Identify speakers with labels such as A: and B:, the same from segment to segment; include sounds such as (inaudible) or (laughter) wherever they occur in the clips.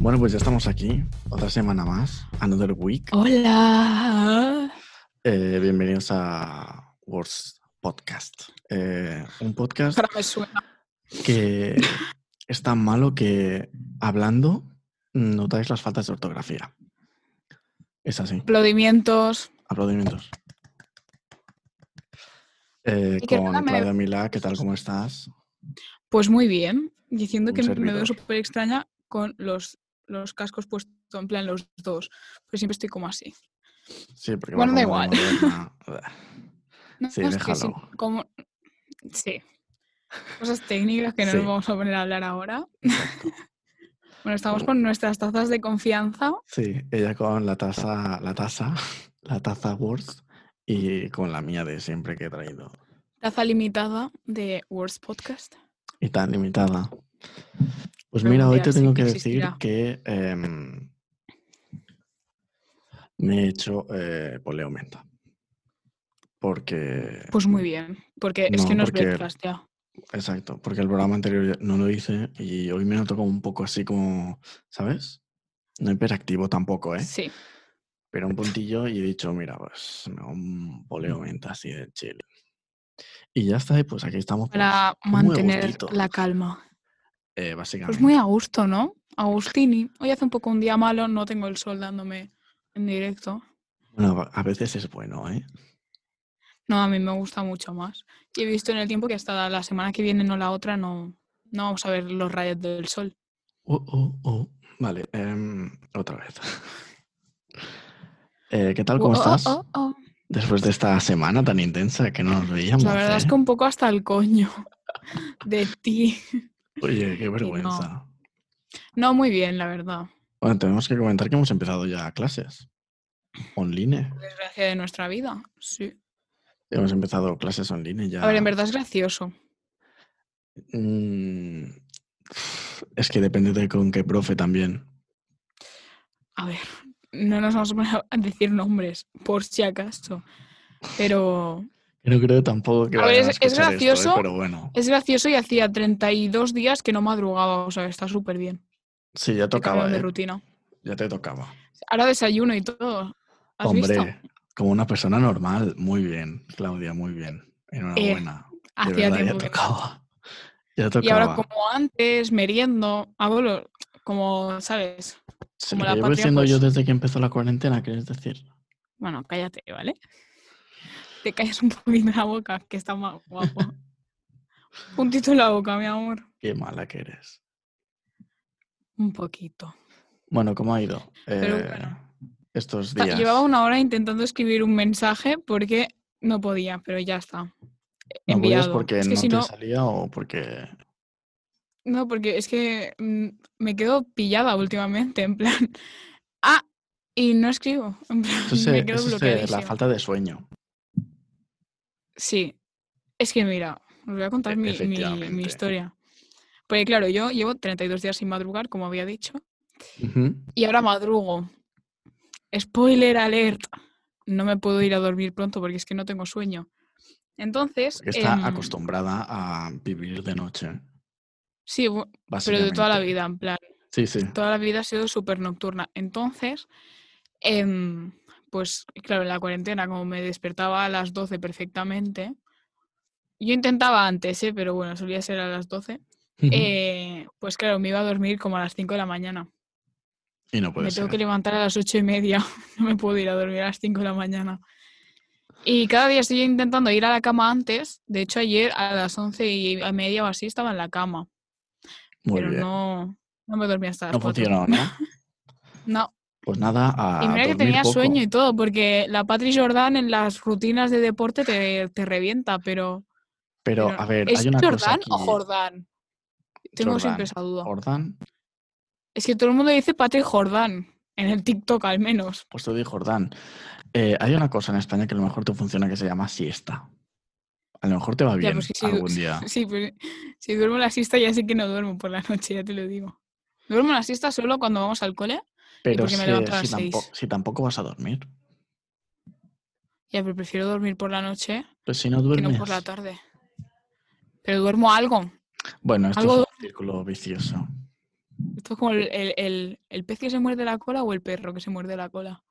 A: Bueno, pues ya estamos aquí, otra semana más, Another Week.
B: Hola.
A: Eh, bienvenidos a Words Podcast. Eh, un podcast
B: Ahora me suena.
A: que es tan malo que hablando notáis las faltas de ortografía. Es así,
B: Aplaudimientos.
A: aplaudimientos. Eh,
B: Y que
A: con
B: regálame-
A: Claudia Milá, ¿qué tal? ¿Cómo estás?
B: Pues muy bien. Diciendo
A: Un
B: que me
A: servidor.
B: veo súper extraña con los, los cascos puestos, en plan los dos. Porque siempre estoy como así.
A: Sí, porque
B: Bueno, da
A: como
B: igual.
A: moderna-
B: (laughs) No,
A: Sí,
B: es que sí,
A: déjalo.
B: como... Sí. Cosas técnicas que no
A: Sí.
B: nos vamos a poner a hablar ahora.
A: Exacto.
B: (laughs) Bueno, estamos con nuestras tazas de confianza.
A: Sí, ella con la taza, la taza, (laughs) la taza Words y con la mía de siempre que he traído.
B: Taza limitada de Words Podcast.
A: Y tan limitada. Pues
B: Pero
A: mira,
B: un
A: hoy
B: día
A: te
B: sí
A: tengo
B: que
A: que decir
B: existirá.
A: que em, me he hecho eh, poleo-menta. Porque,
B: Pues muy bien. Porque es
A: No,
B: que no es
A: porque-
B: breakfast ya.
A: exacto, porque el programa anterior ya no lo hice y hoy me noto como un poco así como, ¿sabes? No hiperactivo tampoco, ¿eh?
B: Sí.
A: Pero un puntillo y he dicho, mira, pues me hago un poleo menta así de chill. Y ya está, y pues aquí estamos. pues,
B: Para
A: muy a
B: mantener
A: gustito,
B: la calma.
A: eh, básicamente.
B: Pues muy a gusto, ¿no? Agustini. Hoy hace un poco un día malo, no tengo el sol dándome en directo.
A: Bueno, a veces es bueno, ¿eh?
B: No, a mí me gusta mucho más. Y he visto en el tiempo que hasta la semana que viene, no la otra, no, no vamos a ver los rayos del sol.
A: Oh, oh, oh. Vale, em, otra vez. (laughs) Eh, ¿Qué tal?
B: Oh,
A: ¿Cómo
B: oh,
A: estás?
B: oh, oh.
A: Después de esta semana tan intensa que no nos veíamos.
B: La verdad es
A: ¿eh?
B: que un poco hasta el coño (laughs) de ti.
A: Oye, qué vergüenza.
B: No, muy bien, la verdad.
A: Bueno, tenemos que comentar que hemos empezado ya clases. Online.
B: Por Desgracia de nuestra vida. Sí.
A: Hemos empezado clases online ya.
B: A ver, en verdad es gracioso.
A: Mm, Es que depende de con qué profe también.
B: A ver, no nos vamos a poner a decir nombres, por si acaso. Pero
A: No creo tampoco que
B: A
A: vayan
B: ver, es- es
A: escuchar esto, ¿eh?
B: gracioso.
A: pero bueno,
B: Es gracioso y hacía 32 días que no madrugaba, o sea, está súper bien.
A: sí, ya
B: Te cambiaron
A: tocaba,
B: de
A: ¿eh?
B: rutina.
A: ya te tocaba.
B: Ahora desayuno y todo. ¿Has
A: Hombre,
B: visto?
A: como una persona normal, muy bien, Claudia, muy bien. Enhorabuena.
B: Eh,
A: De
B: Hacía
A: verdad,
B: tiempo
A: ya
B: que no.
A: tocaba. (laughs) Ya tocaba.
B: Y ahora como antes, meriendo, hago lo- como, ¿sabes?
A: Sí,
B: como
A: lo
B: la
A: que llevo
B: patria,
A: diciendo yo
B: pues-
A: desde que empezó la cuarentena, ¿quieres decir?
B: Bueno, cállate, ¿vale? Te callas un poquito en la boca, que está más
A: (laughs)
B: guapo. Puntito en la boca, mi amor.
A: Qué mala que eres.
B: Un poquito.
A: Bueno, ¿cómo ha ido?
B: Pero
A: eh,
B: bueno.
A: Estos
B: Ta-
A: días.
B: Llevaba una hora intentando escribir un mensaje porque no podía, pero ya está.
A: ¿No podías
B: Enviado.
A: porque
B: es que
A: no
B: si
A: te
B: no,
A: salía o
B: (laughs)
A: porque
B: No, porque es que mm, me quedo pillada últimamente, en plan. (laughs) Ah, y no escribo. En plan, (laughs)
A: Eso es,
B: me
A: eh,
B: quedo
A: eso es, eh, la
B: bloqueadísima.
A: falta de sueño.
B: Sí. Es que mira, os voy a contar
A: E-
B: mi, mi- mi
A: efectivamente.
B: historia. Porque claro, yo llevo 32 días sin madrugar, como había dicho,
A: Ujú.
B: y ahora madrugo. Spoiler alert. No me puedo ir a dormir pronto porque es que no tengo sueño. Entonces,
A: Porque está
B: em,
A: acostumbrada a vivir de noche,
B: sí, bu- pero
A: básicamente.
B: de toda la vida, en plan.
A: Sí, sí.
B: toda la vida he sido súper nocturna. Entonces, em, pues claro, en la cuarentena, como me despertaba a las 12 perfectamente, yo intentaba antes, ¿eh? pero bueno, solía ser a las 12,
A: Ujú.
B: eh, pues claro, me iba a dormir como a las 5 de la mañana.
A: y no puede
B: me tengo
A: ser.
B: que levantar a las 8 y media, (laughs) no me puedo ir a dormir a las 5 de la mañana. Y cada día estoy intentando ir a la cama antes. De hecho, ayer a las 11 y a media o así estaba en la cama.
A: Muy
B: pero
A: bien. No,
B: no, no me dormía hasta las 4.
A: funcionó, ¿no?
B: No,
A: Pues
B: (laughs)
A: nada, a
B: Y mira que
A: dormir
B: tenía
A: poco.
B: sueño y todo, porque la Patri Jordán en las rutinas de deporte te, te revienta, pero.
A: Pero,
B: pero-
A: a ver,
B: ¿Es
A: hay una cosa
B: Jordán o
A: aquí.
B: Jordán? Tengo
A: Jordán.
B: siempre esa duda.
A: Jordán,
B: Es que todo el mundo dice Patri Jordán, en el TikTok al menos.
A: pues te digo Jordán. Eh, hay una cosa en España que a lo mejor te funciona que se llama siesta. A lo mejor te va
B: Ya,
A: bien
B: pues que si-
A: algún día.
B: Sí, pero si duermo la siesta ya sé que no duermo por la noche, ya te lo digo. Duermo la siesta solo cuando vamos al cole.
A: Pero
B: porque
A: si,
B: me levanto a
A: si
B: las seis.
A: tampoco, si tampoco vas a dormir.
B: Ya, pero prefiero dormir por la noche
A: Pues si no
B: que
A: duermes.
B: no por la tarde. Pero duermo algo.
A: Bueno, esto
B: Algo-
A: es un círculo vicioso.
B: Esto es como el, el- el- el pez que se muerde la cola o el perro que se muerde la cola.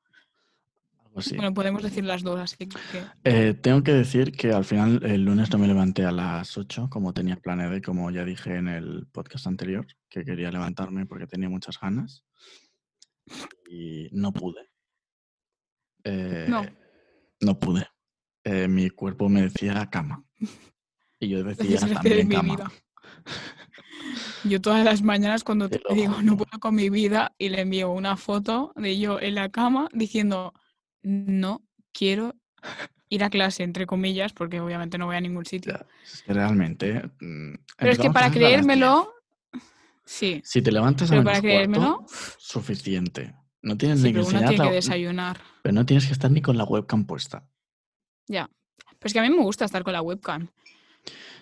A: Algo así.
B: Bueno, podemos decir las dos, así que. (laughs)
A: Eh, tengo que decir que al final el lunes no me levanté a las 8, como tenía planeado y como ya dije en el podcast anterior, que quería levantarme porque tenía muchas ganas. Y no pude. Eh,
B: No.
A: no pude. Eh, mi cuerpo me decía cama. Y
B: (laughs)
A: yo
B: La
A: decía
B: desgracia de
A: también
B: mi
A: cama.
B: vida. Yo todas las mañanas cuando
A: Te
B: te
A: lo
B: digo no
A: juro.
B: puedo con mi vida y le envío una foto de yo en la cama diciendo no quiero ir a clase, entre comillas, porque obviamente no voy a ningún sitio.
A: Ya, es que realmente. mm,
B: Pero es que
A: empezamos
B: para
A: clases a las 10.
B: creérmelo, sí,
A: Si te levantas a
B: Pero
A: menos
B: para creérmelo-
A: cuarto, suficiente. No tienes
B: sí,
A: ni que
B: pero uno
A: enseñar
B: tiene que
A: la-
B: desayunar.
A: Pero no tienes que estar ni con la webcam puesta.
B: Pero es que a mí me gusta estar con la webcam.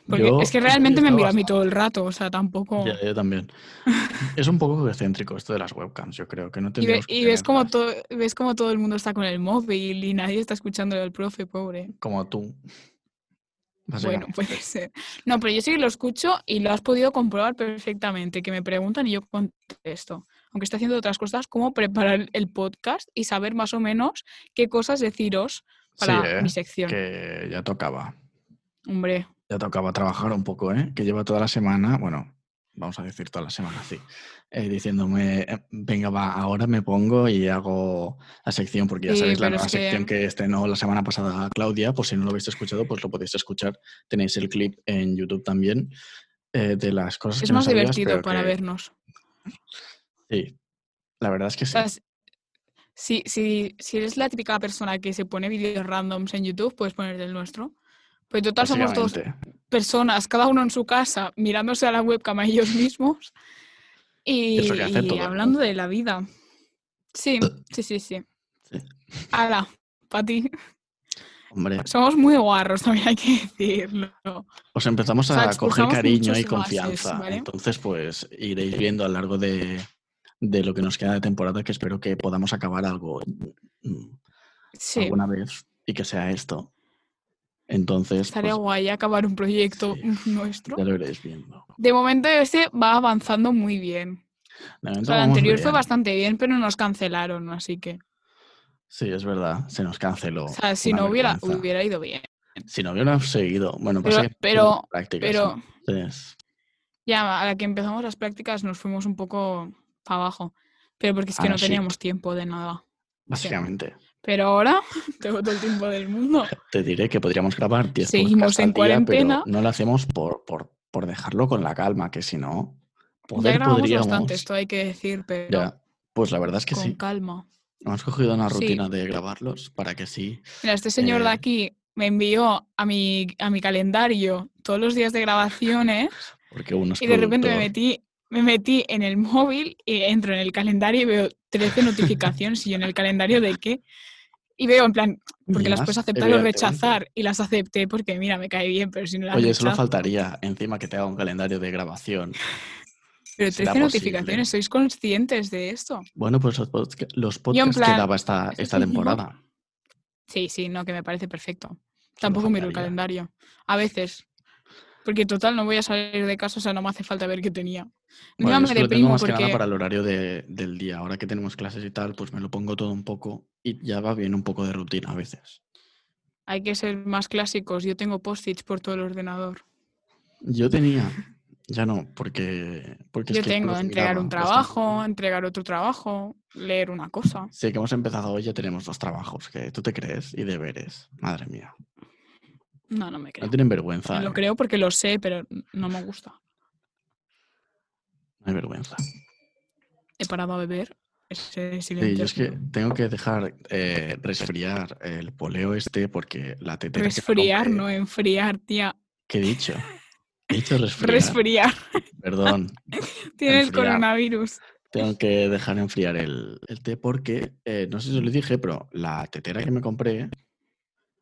B: Porque
A: Yo-
B: es que
A: yo
B: realmente me
A: estaba
B: envía a mí
A: bastante-
B: todo el rato, o sea, tampoco...
A: Ya, yo también. (laughs) es un poco excéntrico esto de las webcams, yo creo, que no
B: Y, ve-
A: tendríamos que
B: y ves, como
A: tenerlas,
B: todo, ves como todo el mundo está con el móvil y nadie está escuchando al profe, pobre.
A: como tú. Ah,
B: Bueno,
A: Básicamente.
B: (laughs) puede ser. No, pero yo sí que lo escucho y lo has podido comprobar perfectamente, que me preguntan y yo contesto. Aunque esté haciendo otras cosas, como preparar el podcast y saber más o menos qué cosas deciros para
A: sí, ¿eh?
B: mi sección.
A: que ya tocaba.
B: Hombre,
A: Ya tocaba trabajar un poco, ¿eh? Que lleva toda la semana, bueno, vamos a decir toda la semana, sí. eh, diciéndome, eh, venga, va, ahora me pongo y hago la sección, porque ya
B: Sí,
A: sabéis la
B: pero
A: nueva
B: es que-
A: sección que estrenó la semana pasada Claudia, pues si no lo habéis escuchado, pues lo podéis escuchar. Tenéis el clip en YouTube también eh, de las cosas
B: es
A: que no
B: más
A: sabías,
B: divertido
A: pero
B: para
A: que-
B: vernos.
A: Sí, la verdad es que
B: O
A: sí.
B: sea, si- si, si, si eres la típica persona que se pone vídeos randoms en YouTube, puedes poner el nuestro. Pues total somos dos
A: básicamente.
B: personas, cada uno en su casa, mirándose a la webcam a ellos mismos y,
A: Eso que hace
B: y
A: todo el
B: hablando de la vida. Sí, sí, sí, sí.
A: Sí.
B: Ala, Pati.
A: Hombre,
B: Somos muy guarros, también hay que decirlo.
A: os empezamos
B: O sea,
A: a coger
B: expulsamos
A: cariño y
B: muchos gases,
A: confianza.
B: ¿vale?
A: Entonces, pues iréis viendo a lo largo de, de lo que nos queda de temporada, que espero que podamos acabar algo mm,
B: Sí,
A: alguna vez y que sea esto. Entonces,
B: estaría
A: pues,
B: guay acabar un proyecto nuestro.
A: ya lo iréis viendo.
B: De momento este va avanzando muy bien.
A: De
B: O
A: momento
B: sea, el
A: vamos
B: anterior fue
A: bien.
B: bastante bien, pero nos cancelaron, así que...
A: Sí, es verdad, se nos canceló.
B: O sea, si
A: Una
B: no hubiera,
A: vergüenza.
B: hubiera ido bien.
A: Si no hubiéramos seguido. Bueno,
B: Pero-
A: pasa que
B: pero-
A: prácticas,
B: Pero...
A: ¿no? Entonces,
B: Ya, a la que empezamos las prácticas nos fuimos un poco para abajo, pero porque es que
A: Ah,
B: no
A: sí.
B: teníamos tiempo de nada.
A: básicamente.
B: Pero ahora (laughs) tengo todo el tiempo del mundo.
A: Te diré que podríamos grabar 10
B: Seguimos
A: podcasts
B: en
A: al día,
B: cuarentena.
A: pero no lo hacemos por, por, por dejarlo con la calma, que si no,
B: ya
A: poder
B: grabamos
A: podríamos.
B: bastante, esto hay que decir, pero
A: Ya, pues la verdad es que
B: con
A: sí.
B: calma.
A: Hemos cogido una
B: Sí.
A: rutina de grabarlos para que sí.
B: Mira, este señor de
A: Eh.
B: aquí me envió a mi, a mi calendario todos los días de grabaciones
A: Porque uno es
B: y de repente me
A: productor.
B: metí, me metí en el móvil y entro en el calendario y veo 13 notificaciones y yo en el calendario de qué. Y veo en plan, Porque las
A: Mías,
B: puedes aceptar o
A: evidentemente.
B: rechazar. Y las acepté porque, mira, me cae bien, pero si no las
A: Oye, solo
B: rechazo-
A: faltaría encima que te haga un calendario de grabación.
B: Pero
A: será
B: 13 notificaciones, ¿sois conscientes de esto?
A: Bueno, pues los, podca- los
B: Yo en
A: podcasts que
B: plan,
A: daba esta,
B: esto
A: esta
B: es mínimo.
A: temporada.
B: Sí, sí, no, que me parece perfecto. Tampoco miro el
A: faltaría.
B: calendario. A veces. Porque total, no voy a salir de casa, o sea, no me hace falta ver qué tenía.
A: Bueno, yo
B: Encima
A: es
B: me
A: que lo tengo
B: deprimo
A: más que
B: porque.
A: nada para el horario de- del día. Ahora que tenemos clases y tal, pues me lo pongo todo un poco y ya va bien un poco de rutina a veces.
B: Hay que ser más clásicos. Yo tengo post-its por todo el ordenador.
A: Yo tenía, ya no, porque... porque es
B: Yo
A: que
B: tengo
A: los
B: entregar un
A: miraba, pues, los
B: trabajo,
A: tengo.
B: entregar otro trabajo, leer una cosa.
A: Sí, que hemos empezado hoy, ya tenemos dos trabajos, que tú te crees y deberes. Madre mía,
B: No, no me creo.
A: no tienen vergüenza.
B: Me
A: ¿eh?
B: Lo creo porque lo sé, pero no me gusta.
A: No hay vergüenza.
B: he parado a beber. Ese
A: Sí,
B: silencio.
A: yo es que tengo que dejar eh, resfriar el poleo este porque la tetera... que me
B: resfriar,
A: compré-
B: no enfriar, tía.
A: ¿Qué he dicho? He
B: (laughs)
A: dicho resfriar.
B: Resfriar.
A: Perdón.
B: Tiene el
A: Enfriar.
B: coronavirus.
A: Tengo que dejar enfriar el, el té porque, eh, no sé si os lo dije, pero la tetera que me compré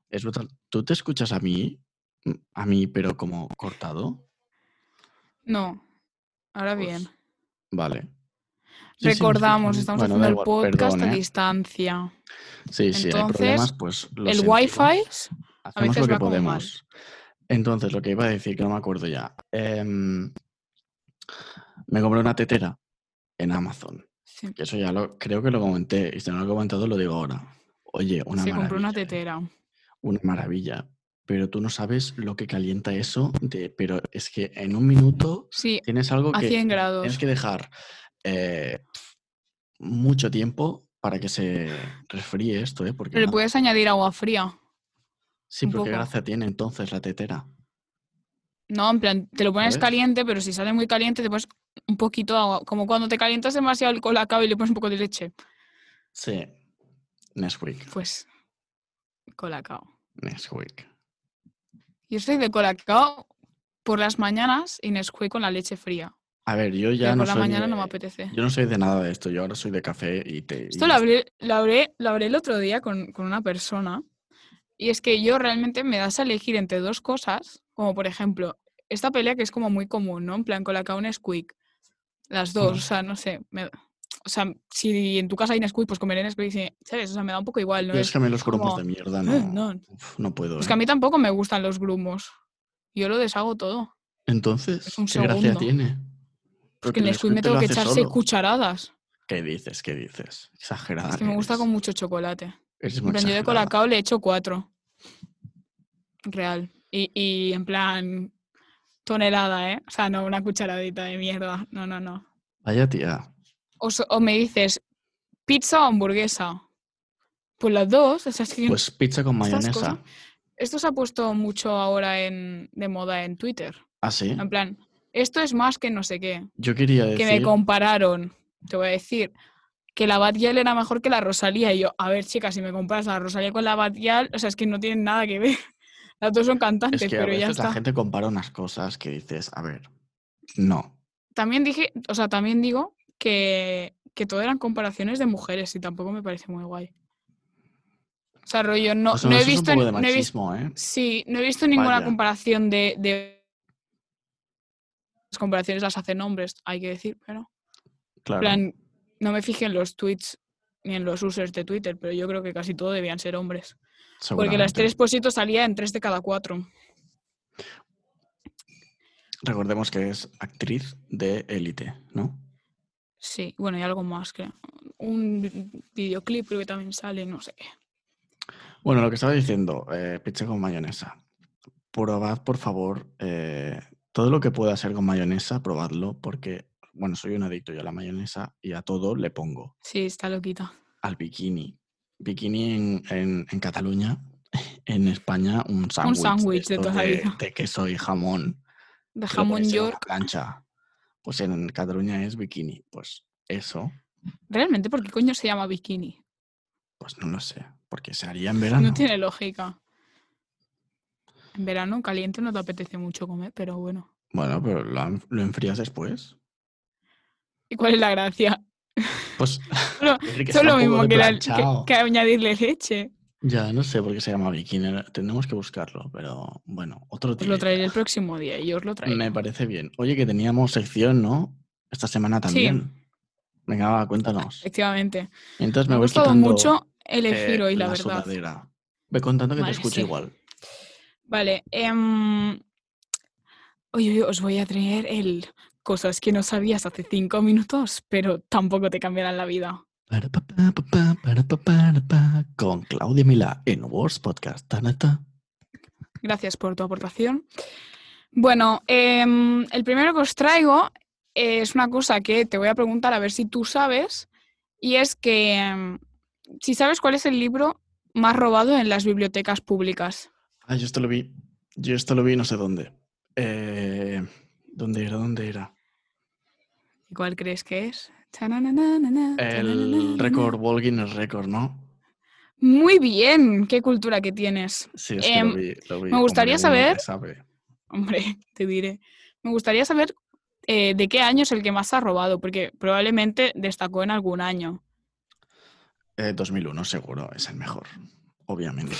A: es brutal. ¿Tú te escuchas a mí? Mm, A mí, pero como cortado.
B: No. Ahora
A: Pues,
B: bien.
A: Vale. Pues, Sí, sí, me escucho
B: Recordamos,
A: bien.
B: estamos
A: Bueno, da
B: haciendo el
A: igual,
B: podcast
A: perdón,
B: a
A: ¿eh?
B: distancia.
A: Sí, sí, hay
B: Entonces,
A: problemas, pues lo pues.
B: el
A: sentimos.
B: wifi
A: Hacemos
B: veces
A: lo que
B: va como mal.
A: podemos. Entonces, lo que iba a decir, que no me acuerdo ya. Em, me compré una tetera en Amazon.
B: Sí.
A: Que eso ya lo creo que lo comenté y si no lo he comentado lo digo ahora. Oye, una
B: Se compró una
A: maravilla. ¿eh?
B: tetera.
A: una maravilla. Pero tú no sabes lo que calienta eso, de, pero es que en un minuto
B: Sí,
A: tienes algo
B: a
A: que
B: 100
A: tienes
B: grados.
A: que dejar eh, mucho tiempo para que se resfríe esto, ¿eh? Porque
B: Pero le
A: madre-
B: puedes añadir agua fría.
A: sí,
B: un
A: pero qué
B: poco.
A: gracia tiene entonces la tetera.
B: No, en plan, te lo pones
A: ¿Sabes?
B: caliente, pero si sale muy caliente, te pones un poquito de agua. Como cuando te calientas demasiado el colacao y le pones un poco de leche.
A: Sí. Nesquik.
B: Pues, colacao.
A: Nesquik.
B: Yo soy de colacao por las mañanas y Nesquik con la leche fría.
A: A ver, yo
B: pero
A: ya no
B: por la
A: soy
B: mañana no me
A: de-
B: apetece.
A: Yo no soy de nada de esto, yo ahora soy de café y te.
B: Esto lo hablé, lo hablé- lo hablé el otro día con, con una persona. Y es que yo realmente me das a elegir entre dos cosas, como por ejemplo, esta pelea que es como muy común, ¿no? En plan, con la que un Squeak. Las dos,
A: Mm.
B: o sea, no sé. me- o sea, si en tu casa hay Nesquik, pues comeré Nesquik, sí, ¿sabes? O sea, me da un poco igual, ¿no?
A: Yo
B: Es,
A: es que a mí los grumos
B: como,
A: de mierda
B: "Eh,
A: no,
B: no".
A: uf, no puedo.
B: Pues que a
A: ¿eh?
B: mí tampoco me gustan los grumos. Yo lo deshago todo.
A: Entonces,
B: es un
A: ¿qué gracia
B: segundo.
A: tiene?
B: Es que el Nesquik me
A: te lo
B: tengo que
A: hace
B: echar seis
A: solo.
B: cucharadas.
A: ¿Qué dices? ¿Qué dices? Exagerada.
B: Es que me gusta
A: eres.
B: con mucho chocolate.
A: Eres muy
B: En plan, yo de
A: exagerada.
B: Colacao le echo cuatro. Real. Y, y en plan, tonelada, ¿eh? O sea, no una cucharadita de mierda. No, no, no.
A: Vaya tía.
B: O, so- o me dices, pizza o hamburguesa. Pues las dos. o sea, es que
A: Pues pizza con
B: Estas
A: mayonesa.
B: Esto se ha puesto mucho ahora en, de moda en Twitter.
A: Ah, sí.
B: En plan, esto es más que no sé qué.
A: Yo quería
B: Que me
A: decir.
B: compararon, te voy a decir, que la Batial era mejor que la Rosalía. Y yo, a ver, chicas, si me comparas la Rosalía con la Batial, o sea, es que no tienen nada que ver. (laughs) Las dos son cantantes,
A: Es que a
B: pero ya
A: veces la
B: está.
A: gente compara unas cosas que dices, a ver, no.
B: También dije, o sea, también digo que, que todo eran comparaciones de mujeres y tampoco me parece muy guay. O sea, rollo, no,
A: O sea,
B: no he
A: eso
B: visto,
A: es un
B: ni-
A: poco de
B: no he visto,
A: machismo, ¿eh?
B: sí, no he visto ninguna
A: Vaya.
B: comparación de, de- Las comparaciones las hacen hombres, hay que decir, pero...
A: Claro.
B: plan, no me fijé en los tweets ni en los users de Twitter, pero yo creo que casi todo debían ser hombres. Porque las
A: seguramente.
B: tres positos salía en tres de cada cuatro.
A: Recordemos que es actriz de élite, ¿no?
B: Sí, bueno, y algo más, creo. Un vi- videoclip creo que también sale, no sé qué.
A: Bueno, lo que estaba diciendo, eh, pizza con mayonesa. Probad, por favor, eh, todo lo que pueda hacer con mayonesa, probadlo, porque, bueno, soy un adicto yo a la mayonesa y a todo le pongo.
B: Sí, está loquita.
A: Al bikini. Bikini en, en- en Cataluña, (laughs) en España, un sándwich.
B: sándwich de
A: estos
B: toda la vida.
A: de queso y jamón.
B: (laughs) De
A: que lo
B: jamón
A: pones en una
B: York.
A: plancha. Pues en Cataluña es bikini. Pues eso,
B: ¿Realmente por qué coño se llama bikini?
A: pues no lo sé. Porque se haría en verano.
B: No tiene lógica. En verano caliente no te apetece mucho comer, pero bueno.
A: Bueno, pero lo, han- lo enfrías después.
B: ¿Y cuál es la gracia?
A: Pues
B: Solo,
A: (laughs) tiene que
B: solo
A: estar
B: lo
A: un poco
B: mismo
A: de
B: que, la- que-
A: planchado.
B: que añadirle leche.
A: Ya, no sé por qué se llama bikini. ahora Tendremos que buscarlo, pero bueno, otro
B: Os
A: día.
B: lo traeré el próximo día y yo os lo traeré.
A: Me parece bien. Oye, que teníamos sección, ¿no? Esta semana también. Venga, va, cuéntanos.
B: Efectivamente.
A: Entonces me,
B: Me ha
A: voy
B: gustado
A: quitando,
B: mucho
A: eh,
B: elegir hoy, la, verdad.
A: sudadera. Ve contando que
B: Vale,
A: te escucho
B: sí.
A: igual.
B: Vale. em, hoy, hoy os voy a traer el cosas que no sabías hace cinco minutos, pero tampoco te cambiarán la vida.
A: Para, pa, pa, pa, pa, para, pa, para, pa, Con Claudia Milá en Words Podcast. Tanata.
B: Gracias por tu aportación. Bueno, em, el primero que os traigo es una cosa que te voy a preguntar a ver si tú sabes, y es que em, si sabes cuál es el libro más robado en las bibliotecas públicas.
A: Ah, yo esto lo vi. Yo esto lo vi no sé dónde. Eh, ¿Dónde era? ¿Dónde era?
B: ¿Y cuál crees que es? Chanananana, chanananana.
A: El récord, Walking el récord, ¿no?
B: Muy bien, qué cultura que tienes. (laughs)
A: Sí, es que
B: Em,
A: lo vi, lo vi.
B: me gustaría
A: Hombre, uno que
B: saber-
A: sabe.
B: Hombre, te diré. Me gustaría saber eh, de qué año es el que más ha robado, porque probablemente destacó en algún año.
A: Eh, 2001 seguro es el mejor, obviamente.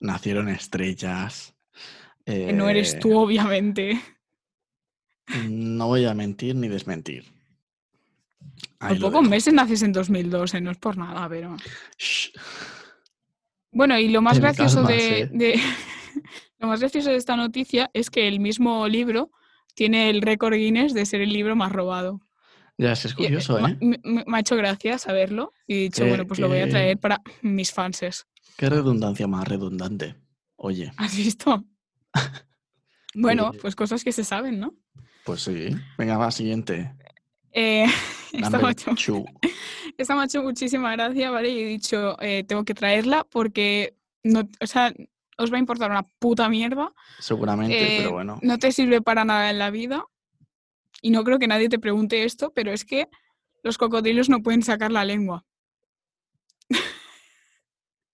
A: Nacieron estrellas.
B: Que no eres
A: eh,
B: tú, obviamente.
A: No voy a mentir ni desmentir. (laughs) Ahí
B: Por
A: lo
B: pocos
A: dejo.
B: meses naces en 2002, eh, no es por nada, pero...
A: Shh.
B: Bueno, y lo más
A: Ten
B: gracioso
A: calma,
B: de,
A: sí.
B: de- (laughs) lo más gracioso de esta noticia es que el mismo libro tiene el récord Guinness de ser el libro más robado.
A: Ya, es que es
B: Y, eh,
A: curioso,
B: ma-
A: ¿eh?
B: me, me- me ha hecho gracia saberlo y he dicho,
A: Que-
B: bueno, pues lo voy a
A: que-
B: traer para mis fanses.
A: Qué redundancia más redundante. Oye,
B: (laughs) ¿Has visto? Bueno,
A: Oye.
B: pues cosas que se saben, ¿no?
A: pues sí. Venga, va,
B: (laughs)
A: siguiente.
B: Eh, esta, me ha
A: Number
B: hecho,
A: two.
B: esta me ha hecho muchísima gracia, ¿vale? Y he dicho, eh, tengo que traerla porque, no, o sea, os va a importar una puta mierda.
A: Seguramente,
B: Eh,
A: pero bueno.
B: No te sirve para nada en la vida. Y no creo que nadie te pregunte esto, pero es que los cocodrilos no pueden sacar la lengua.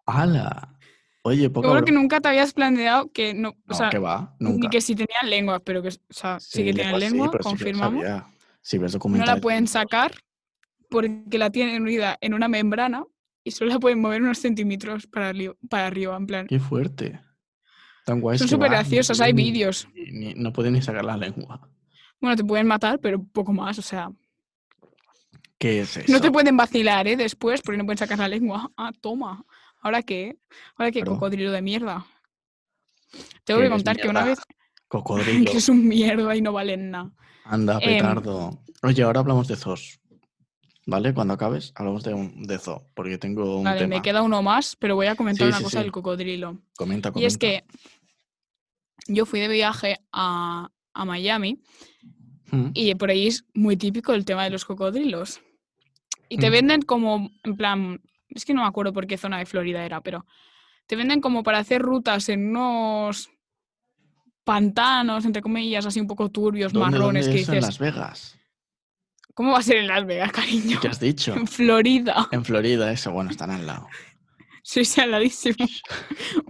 A: ¡Hala! Oye, poco.
B: Seguro que nunca te habías planteado que no, o sea,
A: que va,
B: ni
A: nunca.
B: que si tenían lengua, pero que, o sea, sí, que tienen
A: pues sí,
B: lengua,
A: pero sí que lo
B: confirmamos.
A: sabía. Si ves
B: no
A: documentales.
B: la pueden sacar porque la tienen unida en una membrana y solo la pueden mover unos centímetros para, arri- para arriba, en plan.
A: ¡Qué fuerte! Tan guay. es
B: Son
A: que va,
B: súper
A: ni
B: graciosos, hay
A: pueden ni-
B: vídeos.
A: ni- no pueden ni sacar la lengua.
B: Bueno, te pueden matar, pero poco más, o sea.
A: ¿Qué es eso?
B: No te pueden (laughs) vacilar, ¿eh? Después, porque no pueden sacar la lengua. Ah, toma. ¿Ahora qué? ¿Ahora qué,
A: Claro.
B: cocodrilo de mierda? Tengo
A: Que
B: que
A: eres
B: contar que una
A: mierda.
B: vez (laughs)
A: Cocodrilo.
B: que es un mierda y no valen nada.
A: Anda,
B: Em,
A: petardo. Oye, ahora hablamos de zoos. ¿Vale? Cuando acabes, hablamos de, un, de zoo, porque tengo un
B: Vale,
A: tema.
B: me queda uno más, pero voy a comentar
A: Sí,
B: una
A: sí,
B: cosa
A: sí.
B: del cocodrilo.
A: Comenta, comenta.
B: Y es que yo fui de viaje a, a Miami
A: Mm,
B: y por ahí es muy típico el tema de los cocodrilos. Y te
A: Mm.
B: venden como, en plan, es que no me acuerdo por qué zona de Florida era, pero te venden como para hacer rutas en unos pantanos, entre comillas, así un poco turbios,
A: ¿Dónde,
B: marrones,
A: dónde
B: que
A: eso?
B: dices,
A: En Las Vegas.
B: ¿cómo va a ser en Las Vegas, cariño?
A: ¿Qué has dicho?
B: (laughs) En Florida,
A: En Florida, eso, bueno, están al lado.
B: sí, sí,
A: (laughs)
B: al ladísimo.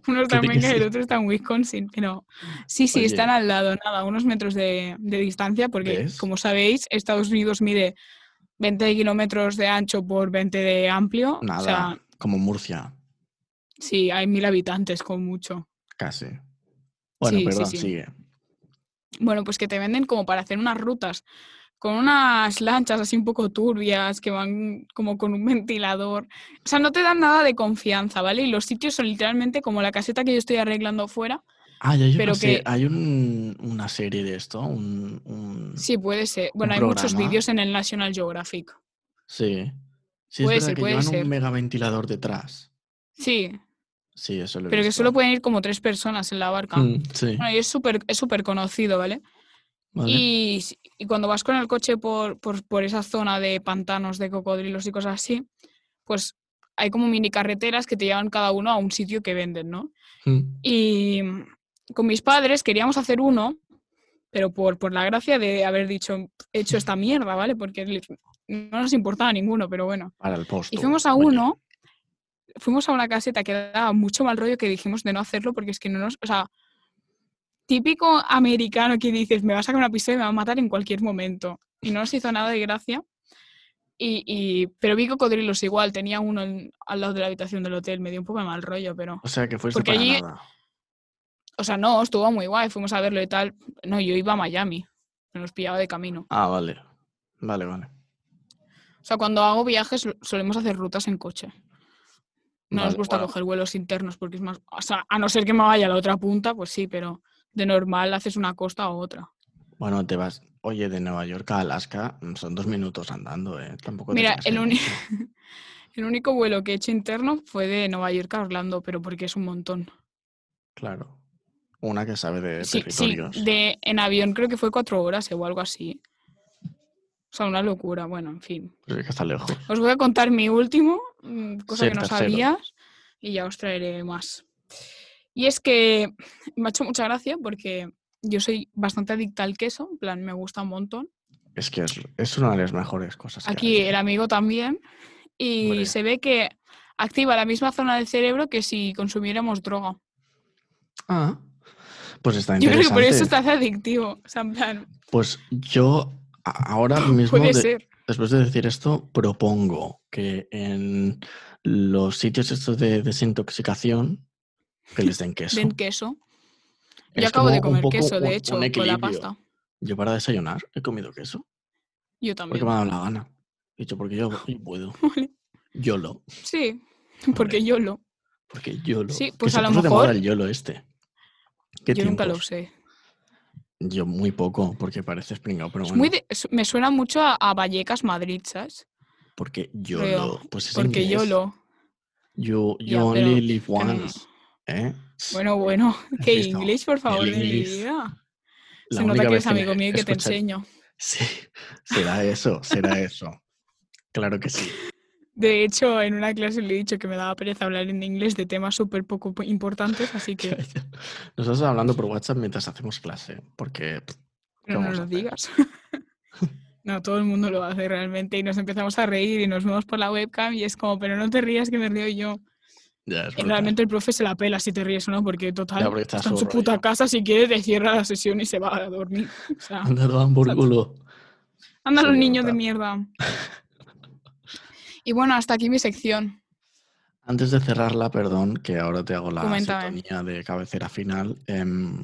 B: Uno está en
A: Creí que
B: Vegas y el
A: sí.
B: otro está en Wisconsin, pero sí, sí,
A: Oye.
B: están al lado, nada, unos metros de, de distancia, porque
A: ¿Ves?
B: como sabéis, Estados Unidos mide 20 kilómetros de ancho por 20 de amplio,
A: Nada,
B: o sea,
A: como Murcia,
B: sí, hay mil habitantes con mucho.
A: casi. Bueno,
B: Sí, sí,
A: perdón,
B: sí.
A: sigue.
B: Bueno, pues que te venden como para hacer unas rutas con unas lanchas así un poco turbias que van como con un ventilador. O sea, no te dan nada de confianza, ¿vale? Y los sitios son literalmente como la caseta que yo estoy arreglando fuera.
A: Ah, ya yo
B: Pero
A: no sé,
B: que-
A: hay un- una serie de esto, un... un- Sí,
B: Sí, puede ser. Bueno, hay muchos
A: programa?
B: vídeos en el National Geographic.
A: sí.
B: Puede
A: es verdad
B: ser,
A: que
B: puede
A: llevan
B: ser.
A: un megaventilador detrás.
B: Sí,
A: Sí, eso lo he
B: pero que
A: visto.
B: solo pueden ir como tres personas en la barca.
A: Mm, sí,
B: Bueno, y es súper es súper conocido, ¿vale?
A: vale.
B: Y, si- y cuando vas con el coche por, por, por esa zona de pantanos, de cocodrilos y cosas así, pues hay como mini carreteras que te llevan cada uno a un sitio que venden, ¿no?
A: Mm,
B: Y mm, con mis padres queríamos hacer uno, pero por, por la gracia de haber dicho, hecho esta mierda, ¿vale? Porque les- no nos importaba ninguno, pero bueno.
A: Para el post.
B: Y fuimos a uno, fuimos a una caseta que daba mucho mal rollo que dijimos de no hacerlo porque es que no nos, o sea, típico americano que dices, me va a sacar una pistola y me va a matar en cualquier momento. Y no nos hizo nada de gracia. Y, y- pero vi cocodrilos igual, tenía uno en- al lado de la habitación del hotel, me dio un poco de mal rollo, pero...
A: O sea, que fuiste
B: Porque
A: para
B: allí-
A: nada.
B: O sea, no, estuvo muy guay, fuimos a verlo y tal. No, yo iba a Miami, me los pillaba de camino.
A: Ah, vale. Vale, vale.
B: O sea, cuando hago viajes lo- solemos hacer rutas en coche. No nos
A: Vale,
B: gusta
A: bueno.
B: coger vuelos internos porque es más... O sea, a no ser que me vaya a la otra punta, pues sí, pero de normal haces una costa u otra.
A: Bueno, te vas... Oye, de Nueva York a Alaska mm, son dos minutos andando, ¿eh? Tampoco te
B: Mira,
A: creas que
B: el,
A: hay
B: uni-
A: mucho.
B: el único vuelo que he hecho interno fue de Nueva York a Orlando, pero porque es un montón.
A: Claro. Una que sabe de
B: Sí, sí,
A: territorios.
B: de, en avión creo que fue cuatro horas eh, o algo así. O sea, una locura. Bueno, en fin.
A: Pero es que está lejos.
B: Os voy a contar mi último, mm, cosa
A: Sí,
B: que no
A: tercero.
B: sabías, y ya os traeré más. Y es que (laughs) me ha hecho mucha gracia porque yo soy bastante adicta al queso, en plan, me gusta un montón.
A: Es que es, es una de las mejores cosas. que
B: Aquí
A: hay, ¿eh?
B: el amigo también. Y
A: Hombre.
B: se ve que activa la misma zona del cerebro que si consumiéramos droga.
A: Ah, pues está
B: Yo creo
A: interesante.
B: que por eso está adictivo. O sea, en plan,
A: Pues yo a-
B: (laughs)
A: ahora mismo,
B: puede
A: de-
B: ser.
A: después de decir esto, propongo que en los sitios estos de desintoxicación que les den queso.
B: Den queso. Yo
A: Es
B: acabo de
A: como un
B: comer
A: poco
B: queso,
A: un-
B: de
A: un
B: hecho, con la
A: equilibrio.
B: pasta.
A: Yo para desayunar he comido queso porque
B: Yo también.
A: me ha dado la gana. He dicho, porque yo, yo puedo.
B: (laughs) Vale. (laughs)
A: YOLO.
B: Sí, porque yo lo.
A: Porque YOLO.
B: Sí,
A: Que
B: pues
A: se
B: a lo
A: puso de
B: mejor-
A: moda el YOLO este. ¿Qué
B: Yo nunca lo
A: tiempos?
B: usé.
A: Yo muy poco, porque pareces pringado, pero
B: Es
A: bueno.
B: muy de- es- me suena mucho a, a Vallecas Madrid, ¿sabes?
A: Porque yo
B: creo,
A: lo. Pues es
B: Porque
A: inglés.
B: yo lo.
A: You, you
B: Ya,
A: only
B: pero
A: live
B: no, no.
A: once. ¿eh?
B: Bueno, bueno, que
A: visto?
B: inglés, por favor, de mi
A: inglés.
B: vida.
A: La
B: Se nota
A: única
B: que
A: vez
B: eres amigo
A: me-
B: mío y que te
A: escucha,
B: enseño.
A: Sí, (laughs) será eso, será eso. Claro que sí.
B: De hecho, en una clase le he dicho que me daba pereza hablar en inglés de temas súper poco po- importantes, así (laughs) que
A: (laughs) Nosotros hablando por WhatsApp mientras hacemos clase, porque pff, ¿qué
B: no
A: vamos
B: nos
A: a
B: lo
A: hacer?
B: digas. (laughs) No, todo el mundo lo hace realmente y nos empezamos a reír y nos vemos por la webcam y es como, pero no te rías que me río yo.
A: ya es
B: Y
A: brutal. (laughs)
B: realmente el profe se la pela si te ríes o no, porque total,
A: Ya, porque está
B: está en
A: su
B: su
A: rollo.
B: puta casa, si quiere te cierra la sesión y se va a dormir.
A: (laughs)
B: O sea,
A: Anda, dan por
B: Exacto.
A: culo.
B: anda los
A: Sí,
B: niños de
A: total.
B: mierda.
A: (laughs)
B: Y bueno, hasta aquí mi sección.
A: Antes de cerrarla, perdón, que ahora te hago la
B: Coméntame.
A: sintonía de cabecera final.
B: (laughs)
A: em,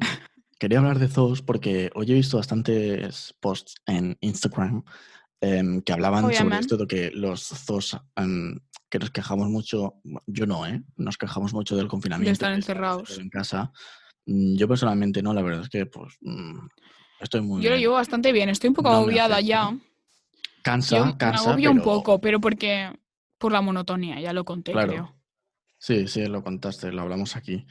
A: quería hablar de zoos porque hoy he visto bastantes posts en Instagram em, que hablaban sobre
B: Obviamente.
A: esto de que los zoos, em, que nos quejamos mucho, yo no, ¿eh? Nos quejamos mucho del confinamiento.
B: estar encerrados.
A: en casa. Mm, Yo personalmente no, la verdad es que pues mm, estoy muy...
B: Yo lo
A: bien.
B: llevo bastante bien, estoy un poco
A: No me
B: agobiada ya.
A: afecta.
B: Yo
A: Cansa,
B: me
A: cansa,
B: agobio un
A: pero-
B: poco, pero porque por la monotonía, ya lo conté,
A: Claro.
B: creo.
A: Sí, sí, lo contaste, lo hablamos aquí.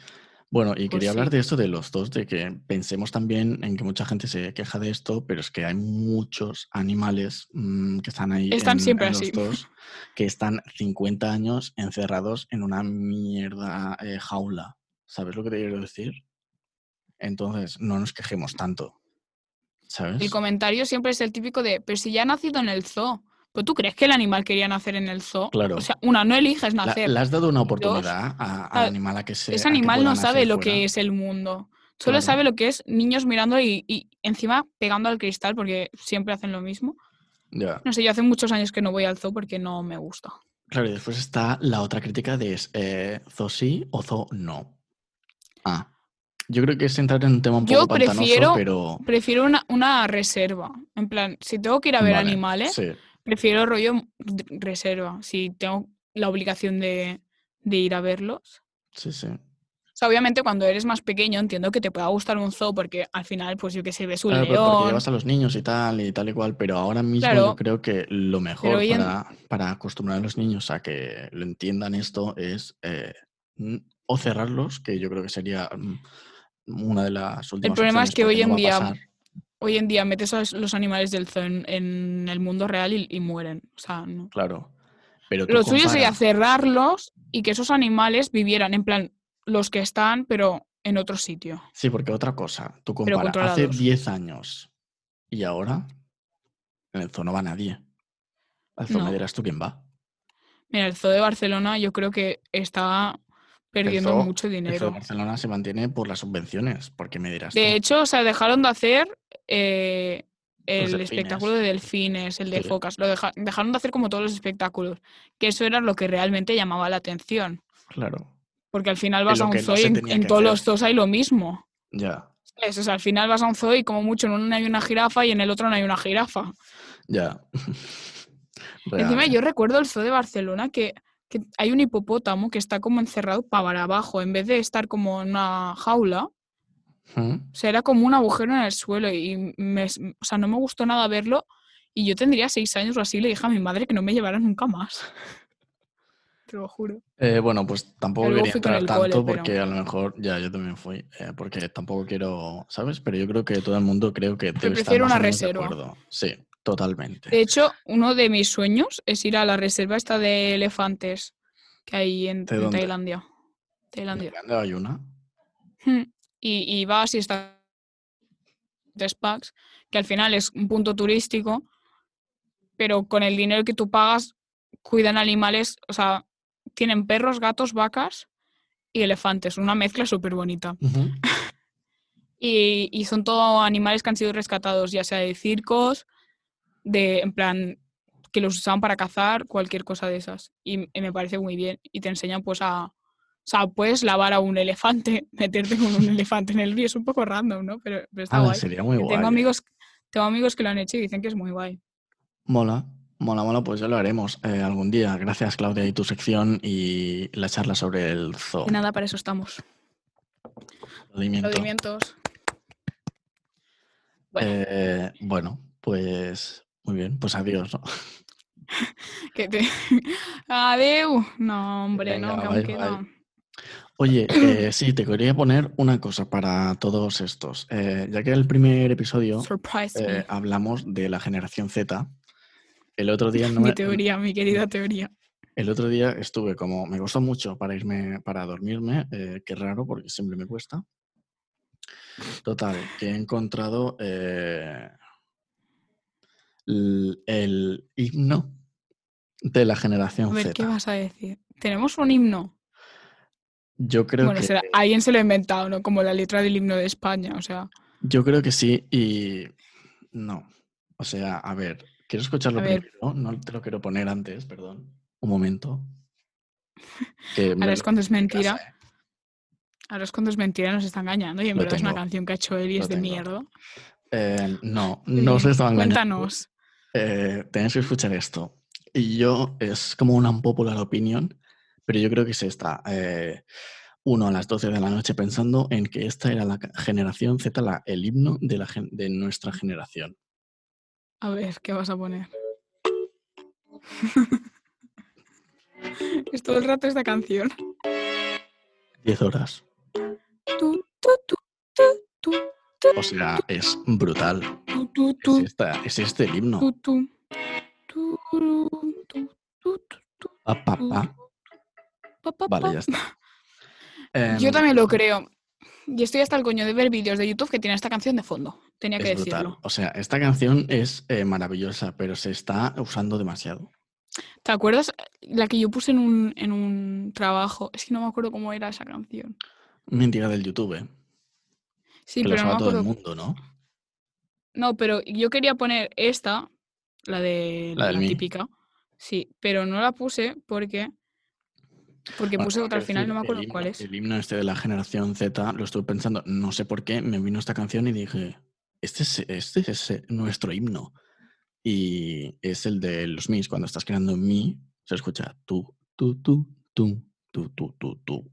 A: Bueno, y
B: Pues
A: quería hablar
B: sí.
A: de esto de los dos, de que pensemos también en que mucha gente se queja de esto, pero es que hay muchos animales mm, que están ahí
B: Están
A: en,
B: siempre
A: en los
B: así. (laughs)
A: dos, que están 50 años encerrados en una mierda eh, jaula. ¿Sabes lo que te quiero decir? Entonces, no nos quejemos tanto,
B: El
A: ¿sabes?
B: comentario siempre es el típico de, pero si ya ha nacido en el zoo. ¿Pero tú crees que el animal quería nacer en el zoo?
A: Claro.
B: O sea, una, no eliges
A: La-
B: nacer.
A: ¿Le has dado una
B: Y dos,
A: oportunidad a- al
B: ah,
A: animal a que se...
B: Ese
A: a que
B: animal
A: pueda
B: no
A: nacer
B: sabe lo
A: fuera?
B: que es el mundo. Solo
A: Claro.
B: sabe lo que es niños mirando y, y encima pegando al cristal porque siempre hacen lo mismo.
A: Ya.
B: No sé, yo hace muchos años que no voy al zoo porque no me gusta.
A: Claro, y después está la otra crítica de es, eh, zo sí o zo no. Ah, yo creo que es entrar en un tema un poco
B: Yo
A: pantanoso,
B: prefiero-
A: pero...
B: Prefiero una, una reserva. En plan, si tengo que ir a ver
A: Vale,
B: animales,
A: Sí,
B: prefiero rollo d- reserva. Si tengo la obligación de, de ir a verlos.
A: sí, sí.
B: O sea, obviamente cuando eres más pequeño entiendo que te pueda gustar un zoo porque al final, pues yo que sé, ves un
A: Claro, pero porque
B: león.
A: llevas a los niños y tal y tal y cual, pero ahora mismo yo
B: Claro.
A: creo que lo mejor
B: hoy en-
A: para, para acostumbrar a los niños a que lo entiendan esto es eh, mm, o cerrarlos, que yo creo que sería mm, una de las últimas
B: problema es
A: opciones
B: que
A: porque
B: hoy en
A: no va a
B: día-
A: pasar.
B: Hoy en día metes a los- los animales del zoo en, en el mundo real y, y mueren. O sea, no.
A: Claro. Pero tú
B: Lo suyo sería
A: compara-
B: cerrarlos y que esos animales vivieran, en plan, los que están, pero en otro sitio.
A: Sí, porque otra cosa, tú
B: Pero
A: comparas hace
B: controlados.
A: 10 años y ahora en el zoo no va nadie. Al zoo me
B: No.
A: dirás tú quién va.
B: Mira, el zoo de Barcelona yo creo que está perdiendo
A: zoo-
B: mucho
A: El zoo de
B: dinero.
A: Barcelona se mantiene por las subvenciones, porque me dirás
B: De
A: tú.
B: hecho, o sea, dejaron de hacer eh, el
A: delfines.
B: espectáculo de delfines, el de
A: Sí.
B: focas. Lo deja- dejaron de hacer como todos los espectáculos. Que eso era lo que realmente llamaba la atención.
A: Claro,
B: Porque al final
A: Es
B: vas
A: lo
B: a un
A: que no
B: zoo y
A: se
B: en,
A: tenía
B: en
A: que
B: todos
A: hacer.
B: los zoos hay lo mismo.
A: ya,
B: ¿sabes? O sea, al final vas a un zoo y como mucho en uno hay una jirafa y en el otro no hay una jirafa.
A: ya. (laughs)
B: Encima
A: Real,
B: yo recuerdo el zoo de Barcelona que, que hay un hipopótamo que está como encerrado para abajo. En vez de estar como en una jaula,
A: ¿eh? ¿Mm?
B: O sea, era como un agujero en el suelo y me, s- o sea, no me gustó nada verlo. Y yo tendría seis años o así, le dije a mi madre que no me llevara nunca más. (laughs) Te lo juro.
A: Eh, bueno, pues tampoco
B: Pero luego
A: quería
B: fui con
A: entrar
B: el
A: tanto
B: cole, pero-
A: porque a lo mejor, ya, yo también fui, eh, porque tampoco quiero, ¿sabes? Pero yo creo que todo el mundo creo que debe estar
B: prefiero
A: más o
B: una
A: menos de
B: reserva. Eh,
A: acuerdo. Sí, totalmente.
B: De hecho, uno de mis sueños es ir a la reserva esta de elefantes que hay en,
A: ¿De
B: en
A: dónde?
B: Tailandia.
A: ¿En
B: Tailandia.
A: Tailandia hay una?
B: Hmm. Y, y vas y está tres packs, que al final es un punto turístico, pero con el dinero que tú pagas, cuidan animales, o sea, tienen perros, gatos, vacas y elefantes, una mezcla súper bonita.
A: Ujú.
B: Y, y son todo animales que han sido rescatados, ya sea de circos, de, en plan, que los usaban para cazar, cualquier cosa de esas. Y, y me parece muy bien. Y te enseñan pues a... O sea, puedes lavar a un elefante, (laughs) meterte con un elefante en el río, es un poco random, ¿no? Pero, pero está
A: Ah,
B: guay.
A: sería muy
B: Que
A: guay. ¿eh?
B: Tengo amigos, tengo amigos que lo han hecho y dicen que es muy guay.
A: Mola, mola, mola, pues ya lo haremos eh, algún día. Gracias, Claudia, y tu sección y la charla sobre el zoo.
B: De nada, para eso estamos.
A: Aplaudimiento.
B: Aplaudimientos. Bueno.
A: Eh, bueno, pues muy bien, pues adiós. ¿no?
B: Que te... (laughs) Adeu. No, hombre, no,
A: Venga,
B: que
A: bye,
B: aunque
A: bye.
B: no.
A: Oye, eh,
B: (coughs)
A: sí, te quería poner una cosa para todos estos. Eh, ya que el primer episodio
B: Surprise
A: eh,
B: me.
A: hablamos de la generación Z, el otro
B: (laughs)
A: día no
B: mi
A: me-
B: teoría, mi querida teoría.
A: El otro día estuve como, me costó mucho para irme, para dormirme, eh, qué raro porque siempre me cuesta. Total, que he encontrado eh, l- el, himno de la
B: A
A: generación
B: ver, ¿qué
A: Z.
B: vas a decir? Tenemos un himno.
A: Yo creo
B: bueno,
A: que
B: será, alguien se lo ha inventado, ¿no? Como la letra del himno de España, o sea.
A: yo creo que sí y no. O sea, a ver, quiero escucharlo
B: A ver.
A: primero, no te lo quiero poner antes, perdón. Un
B: (laughs)
A: momento. Que me
B: Ahora
A: lo
B: es cuando es
A: pongo en casa,
B: mentira.
A: ¿eh?
B: Ahora es cuando es mentira, nos está engañando. Y en
A: Lo
B: verdad es una
A: tengo.
B: canción que ha hecho él y
A: Lo
B: es de
A: tengo.
B: mierda.
A: Eh, no, no os estaba engañando.
B: Cuéntanos.
A: Eh, tenéis que escuchar esto. Y yo, es como una unpopular opinion, pero yo creo que se está eh, uno a las 12 de la noche pensando en que esta era la ca- generación Z, la- el himno de, la gen- de nuestra generación.
B: A ver, ¿qué vas a poner? es todo el rato esta canción.
A: 10 horas.
B: Tu, tu, tu, tu, tu,
A: O sea, es brutal.
B: tu, tu,
A: Es,
B: tu,
A: esta- es este el
B: tu,
A: himno.
B: tu, tu, ru, tu, tu, tu, tu,
A: Pa, pa, pa.
B: pa, pa, pa.
A: Vale, ya está.
B: Yo
A: Em,
B: también lo creo. Y estoy hasta el coño de ver vídeos de YouTube que tienen esta canción de fondo. Tenía que
A: es brutal.
B: decirlo.
A: O sea, esta canción es eh, maravillosa, pero se está usando demasiado.
B: ¿Te acuerdas la que yo puse en un, en un trabajo? Es que no me acuerdo cómo era esa canción.
A: Mentira del YouTube, eh,
B: Sí,
A: que lo
B: pero no
A: sabe
B: me
A: todo el
B: acuerdo
A: mundo, ¿no?
B: No, pero yo quería poner esta, la de
A: La
B: la,
A: del mí.
B: típica. Sí, pero no la puse porque porque
A: Bueno,
B: puse
A: tengo
B: otra
A: que
B: al final,
A: decir,
B: no me
A: el
B: acuerdo
A: himno-
B: cuál es.
A: El himno este de la generación Z, lo estuve pensando, no sé por qué, me vino esta canción y dije, este es, este es eh, nuestro himno. Y es el de los mis, cuando estás creando mi, se escucha tú, tú, tú, tú, tú, tú, tú, tú.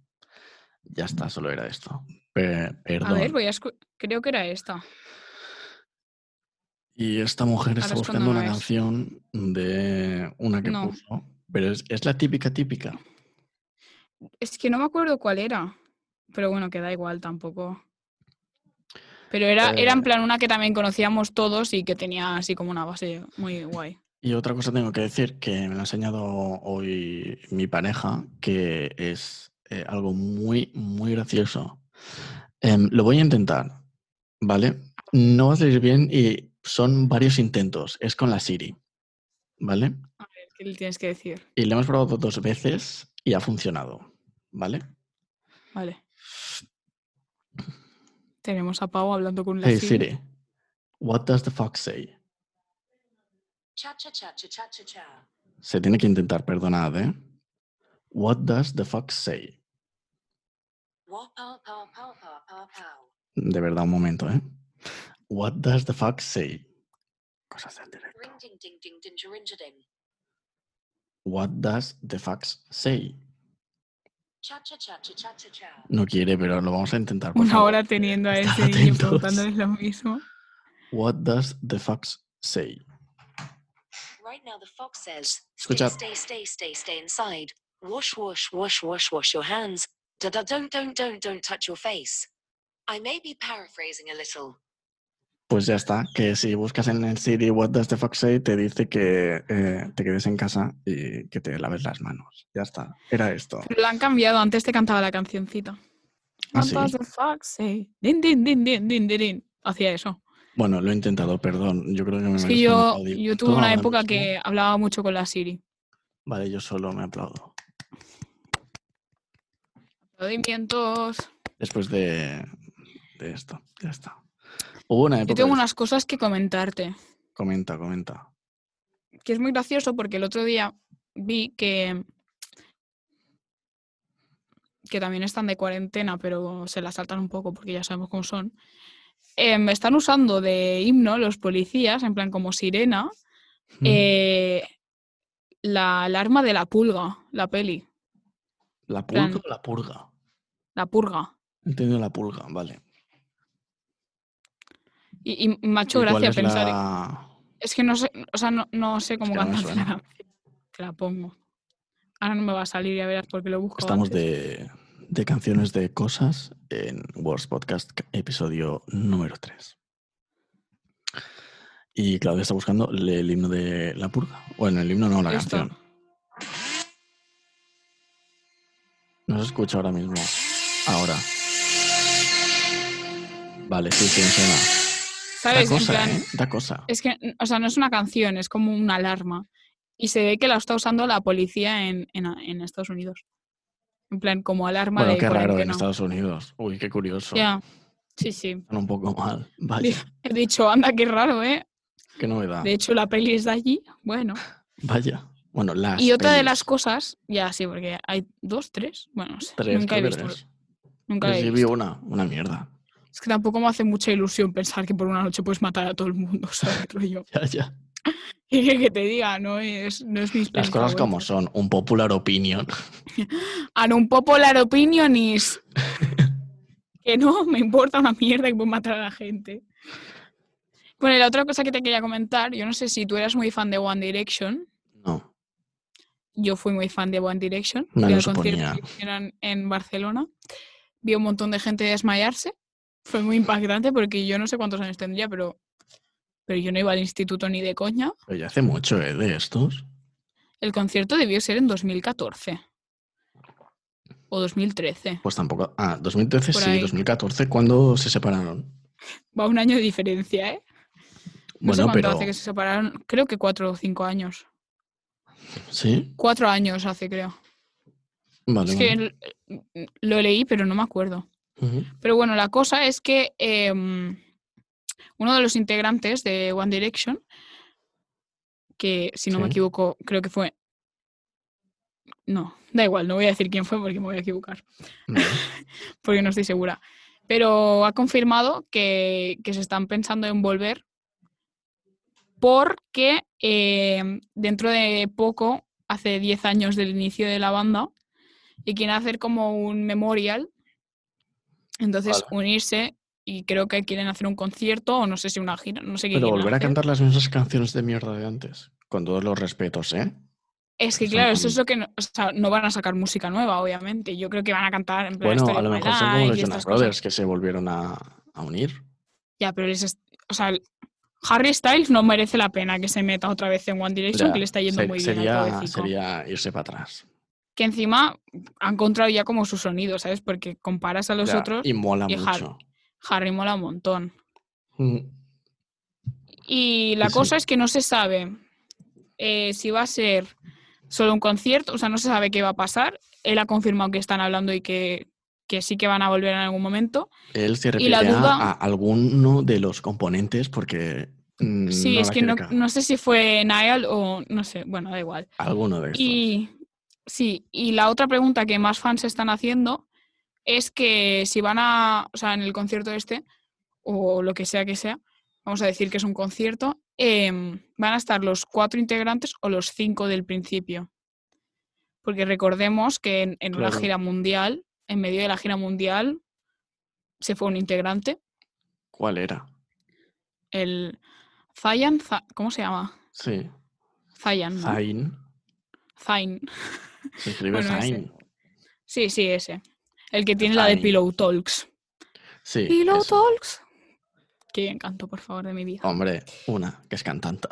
A: Ya está, solo era esto. Pe-
B: Mm. A ver,
A: perdón.
B: voy a escu- creo que era esta.
A: Y esta mujer está
B: ahora es cuando
A: buscando
B: no
A: una
B: es.
A: canción de una que
B: No.
A: puso, pero es, es la típica típica.
B: Es que no me acuerdo cuál era. Pero bueno, que da igual tampoco. Pero era, era en
A: Eh,
B: plan una que también conocíamos todos y que tenía así como una base muy guay.
A: Y otra cosa tengo que decir que me lo ha enseñado hoy mi pareja, que es eh, algo muy, muy gracioso. Em, lo voy a intentar, ¿vale? No va a salir bien y son varios intentos. Es con la Siri, ¿vale?
B: ¿Qué le tienes que decir?
A: Y lo hemos probado dos veces y ha funcionado, ¿vale?
B: Vale. Tenemos a Pau hablando con la
A: Hey
B: Siri.
A: Siri, what does the fox say?
C: Cha cha cha cha cha cha cha.
A: Se tiene que intentar, perdonad, ¿eh? What does the fox say?
C: Wa pow pow pow pow pow pow.
A: De verdad, un momento, ¿eh? What does the fox say? Cosas del directo.
C: Ring ding ding ding ding ding ding.
A: What does the fox say?
C: Cha cha cha cha cha cha cha.
A: No quiere, pero lo vamos a intentar. por
B: Una
A: favor.
B: hora teniendo a
A: Estad
B: ese niño
A: atentos.
B: preguntándoles lo mismo.
A: What does the fox say?
C: Right now the fox says,
A: Good
C: stay
A: job.
C: stay stay stay stay inside. Wash wash wash wash wash your hands. Da da don't don't don't don't touch your face. I may be paraphrasing a little.
A: Pues ya está, que si buscas en el Siri What does the fox say, te dice que eh, te quedes en casa y que te laves las manos. Ya está, era esto.
B: Pero la han cambiado, antes te cantaba la cancioncita.
A: Ah,
B: What
A: sí.
B: does the fox say? Din, din, din, din, din, din, din. Hacía eso.
A: Bueno, lo he intentado, perdón. Yo creo que me
B: Es
A: merezco
B: que
A: un
B: yo,
A: aplaudir.
B: yo
A: Tú
B: tuve una
A: ahora
B: época
A: mismo-
B: que hablaba mucho con la Siri.
A: Vale, yo solo me aplaudo.
B: Aplaudimientos.
A: Ah, Después de, de esto, ya está. Hubo una época...
B: Yo tengo
A: que-
B: unas cosas que comentarte.
A: Comenta, comenta.
B: Que es muy gracioso porque el otro día vi que. que también están de cuarentena, pero se las saltan un poco porque ya sabemos cómo son. Em, están usando de himno los policías, en plan como sirena, eh, la alarma de la pulga, la peli,
A: ¿La
B: plan-
A: pulga o la purga?
B: la purga.
A: He entendido la pulga, vale.
B: Y, y me ha hecho
A: ¿Y cuál
B: gracia
A: es
B: pensar.
A: la-
B: Es que no sé, o sea, no, no sé cómo
A: que no me
B: cantar.
A: suena.
B: la- Te la pongo. Ahora no me va a salir, ya verás, porque lo busco.
A: Estamos
B: antes.
A: de, de canciones de cosas en Words Podcast, ca- episodio número 3. Y Claudia está buscando le- el himno de la purga. Bueno, el himno no, la
B: Esto.
A: canción. No se escucha ahora mismo. Ahora. Vale, sí, sí, me suena. Da
B: ¿Sabes? En
A: cosa,
B: plan,
A: ¿eh? Da cosa.
B: Es que, o sea, no es una canción, es como una alarma. Y se ve que la está usando la policía en, en- en Estados Unidos. En plan, como alarma
A: Bueno,
B: de
A: qué raro en
B: cuarentena.
A: Estados Unidos. Uy, qué curioso.
B: Ya, sí, sí.
A: Están un poco
B: (laughs)
A: mal. Vaya,
B: He dicho, anda, qué raro, ¿eh?
A: qué novedad.
B: De hecho, la peli es de allí. Bueno.
A: Vaya. Bueno, las
B: Y otra de
A: pelis.
B: las cosas, ya sí, porque hay dos, tres. Bueno, no sé.
A: Tres,
B: nunca he
A: creo que
B: visto.
A: tres.
B: Nunca
A: Yo
B: he
A: sí vi
B: visto.
A: una, una mierda. (laughs)
B: Es que tampoco me hace mucha ilusión pensar que por una noche puedes matar a todo el mundo, (laughs) ¿sabes? Rollo.
A: Ya, ya.
B: Y que te diga, no es, no es mi
A: Las
B: peli
A: cosas
B: favorita.
A: como son, un popular opinion. (laughs)
B: And un popular opinion is que no (laughs) me importa una mierda que puedo matar a la gente. Bueno, y la otra cosa que te quería comentar, yo no sé si tú eras muy fan de One Direction,
A: No,
B: yo fui muy fan de One Direction,
A: Me
B: fui
A: lo
B: al concierto
A: suponía.
B: que hicieron en Barcelona, vi a un montón de gente desmayarse, fue muy impactante porque yo no sé cuántos años tendría, pero, pero yo no iba al instituto ni de coña.
A: pero ya hace mucho, ¿eh? De estos.
B: El concierto debió ser en 2014 o 2013.
A: Pues tampoco. Ah, 2013
B: Por
A: sí,
B: ahí.
A: 2014, cuando se separaron?
B: Va un año de diferencia, ¿eh? No sé
A: Bueno,
B: cuánto
A: pero.
B: hace que se separaron. Creo que cuatro o cinco años.
A: Sí,
B: Cuatro años hace, creo.
A: vale. vale.
B: Es que l- l- lo leí, pero no me acuerdo. (laughs)
A: Ujú.
B: Pero bueno, la cosa es que em, uno de los integrantes de One Direction, que si no me
A: Sí.
B: equivoco, creo que fue... No, da igual, no voy a decir quién fue porque me voy a equivocar.
A: Vale.
B: porque pues no estoy segura. Pero ha confirmado que, que se están pensando en volver porque eh, dentro de poco, hace 10 años del inicio de la banda, y quieren hacer como un memorial. Entonces, unirse y creo que quieren hacer un concierto o no sé si una gira, no sé qué.
A: Pero
B: quieren
A: volver a
B: hacer.
A: cantar las mismas canciones de mierda de antes. Con todos los respetos, ¿eh?
B: Es que
A: son
B: claro, eso es
A: como-
B: lo que no, o sea, no van a sacar música nueva, obviamente. Yo creo que van a cantar en plan
A: Bueno,
B: Story
A: a lo
B: of My
A: mejor son como los
B: Life y
A: Jonas
B: estas cosas.
A: Brothers que se volvieron a, a unir.
B: Ya, pero les est- o sea, el- Harry Styles no merece la pena que se meta otra vez en One Direction,
A: Ya,
B: que le está yendo
A: se-
B: muy bien al
A: sería,
B: pobrecito.
A: sería irse para atrás.
B: Que encima han encontrado ya como su sonido, ¿sabes? Porque comparas a los
A: Ya,
B: otros,
A: y mola
B: y Har-
A: mucho.
B: Harry mola un montón.
A: Mm.
B: Y la
A: Sí, sí.
B: cosa es que no se sabe eh, si va a ser solo un concierto, o sea, no se sabe qué va a pasar. Él ha confirmado que están hablando y que, que sí que van a volver en algún momento.
A: Él se
B: Y
A: refiere
B: la duda-
A: a alguno de los componentes porque mm,
B: Sí,
A: no la
B: es que
A: quiere
B: no,
A: cagar.
B: no sé si fue Niall o no sé, bueno, da igual.
A: alguno de estos.
B: Y sí, y la otra pregunta que más fans están haciendo es que si van a, o sea, en el concierto este, o lo que sea que sea, vamos a decir que es un concierto, em, van a estar los cuatro integrantes o los cinco del principio. Porque recordemos que en, en una
A: Claro.
B: gira mundial, en medio de la gira mundial, se fue un integrante,
A: ¿Cuál era?
B: el Zayan, Za- ¿cómo se llama?
A: Sí.
B: Zayan, ¿no?
A: Zayn.
B: Zayn.
A: Se escribe
B: Bueno, ese.
A: Zayn.
B: Sí, sí, ese. El que tiene la de
A: Zayn.
B: Pillow Talks.
A: Sí.
B: Pillow
A: eso. Oh.
B: Talks. Qué encanto, por favor, de mi vida.
A: Hombre, una que es cantante.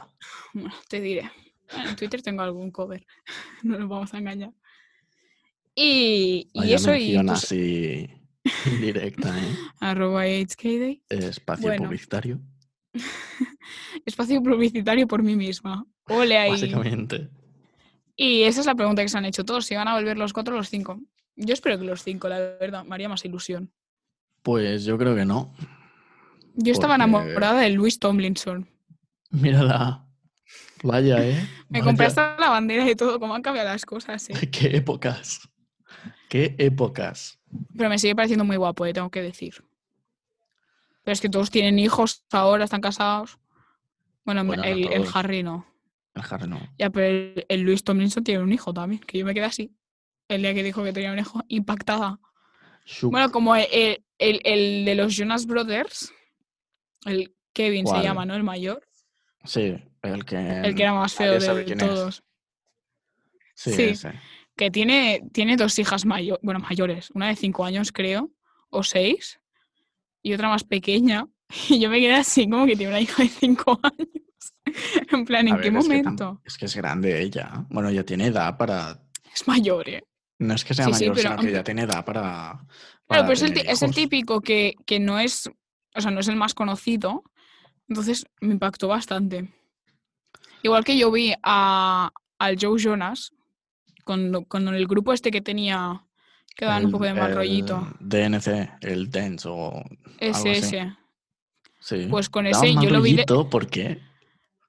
B: Bueno, te diré. Bueno, en Twitter tengo algún cover. (laughs) No nos vamos a engañar. Y, y
A: Vaya
B: eso y
A: mención
B: pues,
A: así indirecta,
B: (laughs)
A: ¿eh?
B: arroba HKday.
A: Espacio
B: Bueno.
A: publicitario,
B: Espacio publicitario por mí misma. Ole ahí.
A: básicamente.
B: Y esa es la pregunta que se han hecho todos. Si van a volver los cuatro o los cinco. Yo espero que los cinco, la verdad. Me haría más ilusión.
A: Pues yo creo que no.
B: Yo estaba
A: Porque-
B: enamorada de Luis Tomlinson.
A: (laughs) Mírala. Vaya, ¿eh?
B: (laughs) Me
A: Vaya.
B: compré hasta la bandera y todo, cómo han cambiado las cosas, ¿eh?
A: (laughs) Qué épocas. Qué épocas.
B: Pero me sigue pareciendo muy guapo, eh, tengo que decir. Pero es que todos tienen hijos ahora, están casados. Bueno,
A: Bueno, no
B: el, el
A: todos.
B: Harry no.
A: El Harry no.
B: Ya, pero el, el Luis Tomlinson tiene un hijo también, que yo me quedé así. El día que dijo que tenía un hijo, impactada.
A: Shook.
B: Bueno, como el, el- el- el de los Jonas Brothers, el Kevin se
A: ¿Cuál?
B: llama, ¿no? El mayor.
A: Sí, el que.
B: El que era más feo
A: nadie sabe
B: de
A: quién es.
B: todos.
A: Sí,
B: sí.
A: ese.
B: Que tiene, tiene dos hijas mayo- bueno, mayores. Una de cinco años, creo, o seis. Y otra más pequeña. (laughs) Y yo me quedé así, como que tiene una hija de cinco (laughs) años. en plan,
A: A
B: ¿en
A: ver,
B: qué
A: es que tam-
B: momento?
A: es que es grande ella. Bueno, ya tiene edad para.
B: Es mayor, ¿eh?
A: No es que sea
B: Sí, sí,
A: mayor,
B: pero
A: sino que ya
B: aunque-
A: tiene edad para.
B: Claro,
A: para
B: pero es el,
A: tener
B: ti- es el
A: hijos.
B: típico que, que no es, o sea, no es el más conocido. Entonces me impactó bastante. Igual que yo vi a, al Joe Jonas con, lo- con el grupo este que tenía, que daban un
A: El-
B: poco de mal
A: el
B: rollito.
A: DNC, el Dance o.
B: Ese,
A: así.
B: ese.
A: Sí.
B: Pues con
A: Daba
B: ese
A: mal
B: yo lo vi. de-
A: rollito, ¿Por qué?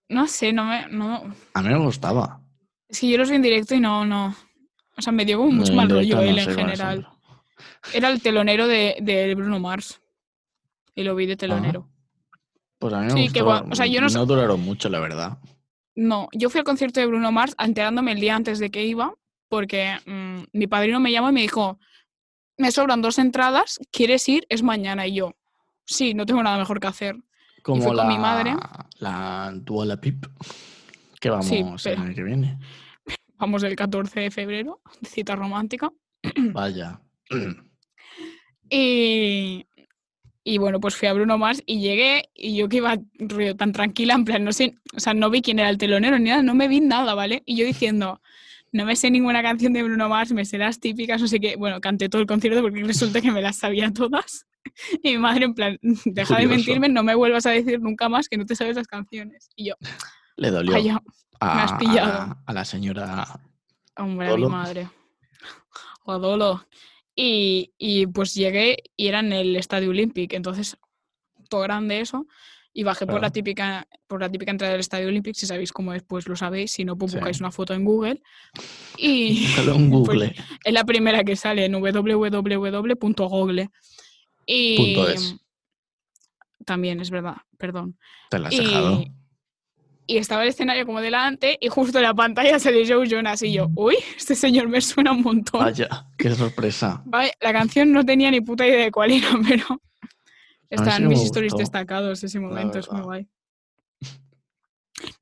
B: no sé, no me. No,
A: A mí me gustaba.
B: es que yo los vi en directo y no, no. O sea, me dio como mucho
A: En
B: mal
A: directo no
B: rollo él
A: sé cuáles
B: en
A: son,
B: general.
A: pero-
B: Era el telonero de, de Bruno Mars. Y lo vi de telonero.
A: Pues a mí me
B: Sí, que
A: gustó,
B: gua- o sea, yo no sé-
A: no duraron mucho, la verdad.
B: No, yo fui al concierto de Bruno Mars enterándome el día antes de que iba, porque mm, mi padrino me llamó y me dijo, me sobran dos entradas, ¿quieres ir? Es mañana. Y yo, sí, no tengo nada mejor que hacer.
A: Como
B: fue
A: la,
B: con mi madre.
A: La Duala Pip, que vamos
B: pero-
A: el año que viene.
B: Vamos el 14 de febrero, cita romántica. Mm.
A: Vaya.
B: Y, y bueno, pues fui a Bruno Mars y llegué y yo que iba rollo tan tranquila, en plan, no sé, o sea, no vi quién era el telonero ni nada, no me vi nada, ¿vale? Y yo diciendo, no me sé ninguna canción de Bruno Mars, me sé las típicas, no sé qué. Bueno, canté todo el concierto porque resulta que me las sabía todas. (laughs) Y mi madre, en plan, (laughs) deja de
A: Curioso.
B: mentirme, no me vuelvas a decir nunca más que no te sabes las canciones. Y yo,
A: Le dolió
B: ay,
A: a,
B: me has
A: a la-
B: pillado.
A: a la señora
B: Hombre, a
A: Dolo.
B: mi madre. (laughs) Jodolo. Y, y pues llegué y era en el Estadio Olympic, entonces todo grande eso. Y bajé por la
A: Claro.
B: típica, por la típica entrada del Estadio Olympic, si sabéis cómo es, pues lo sabéis, si no, pues
A: Sí.
B: buscáis una foto en Google. Y (laughs)
A: en Google.
B: es la primera que sale en www.google. Y
A: Punto es.
B: también es verdad, perdón.
A: Te la has
B: y-
A: dejado.
B: Y estaba el escenario como delante y justo en la pantalla salió Joe Jonas y yo,
A: Mm.
B: uy, este señor me suena un montón.
A: Vaya, qué sorpresa.
B: Vale, la canción no tenía ni puta idea de cuál era, (laughs) pero están
A: sí me
B: mis stories
A: gustó,
B: destacados ese momento, es muy
A: verdad.
B: guay.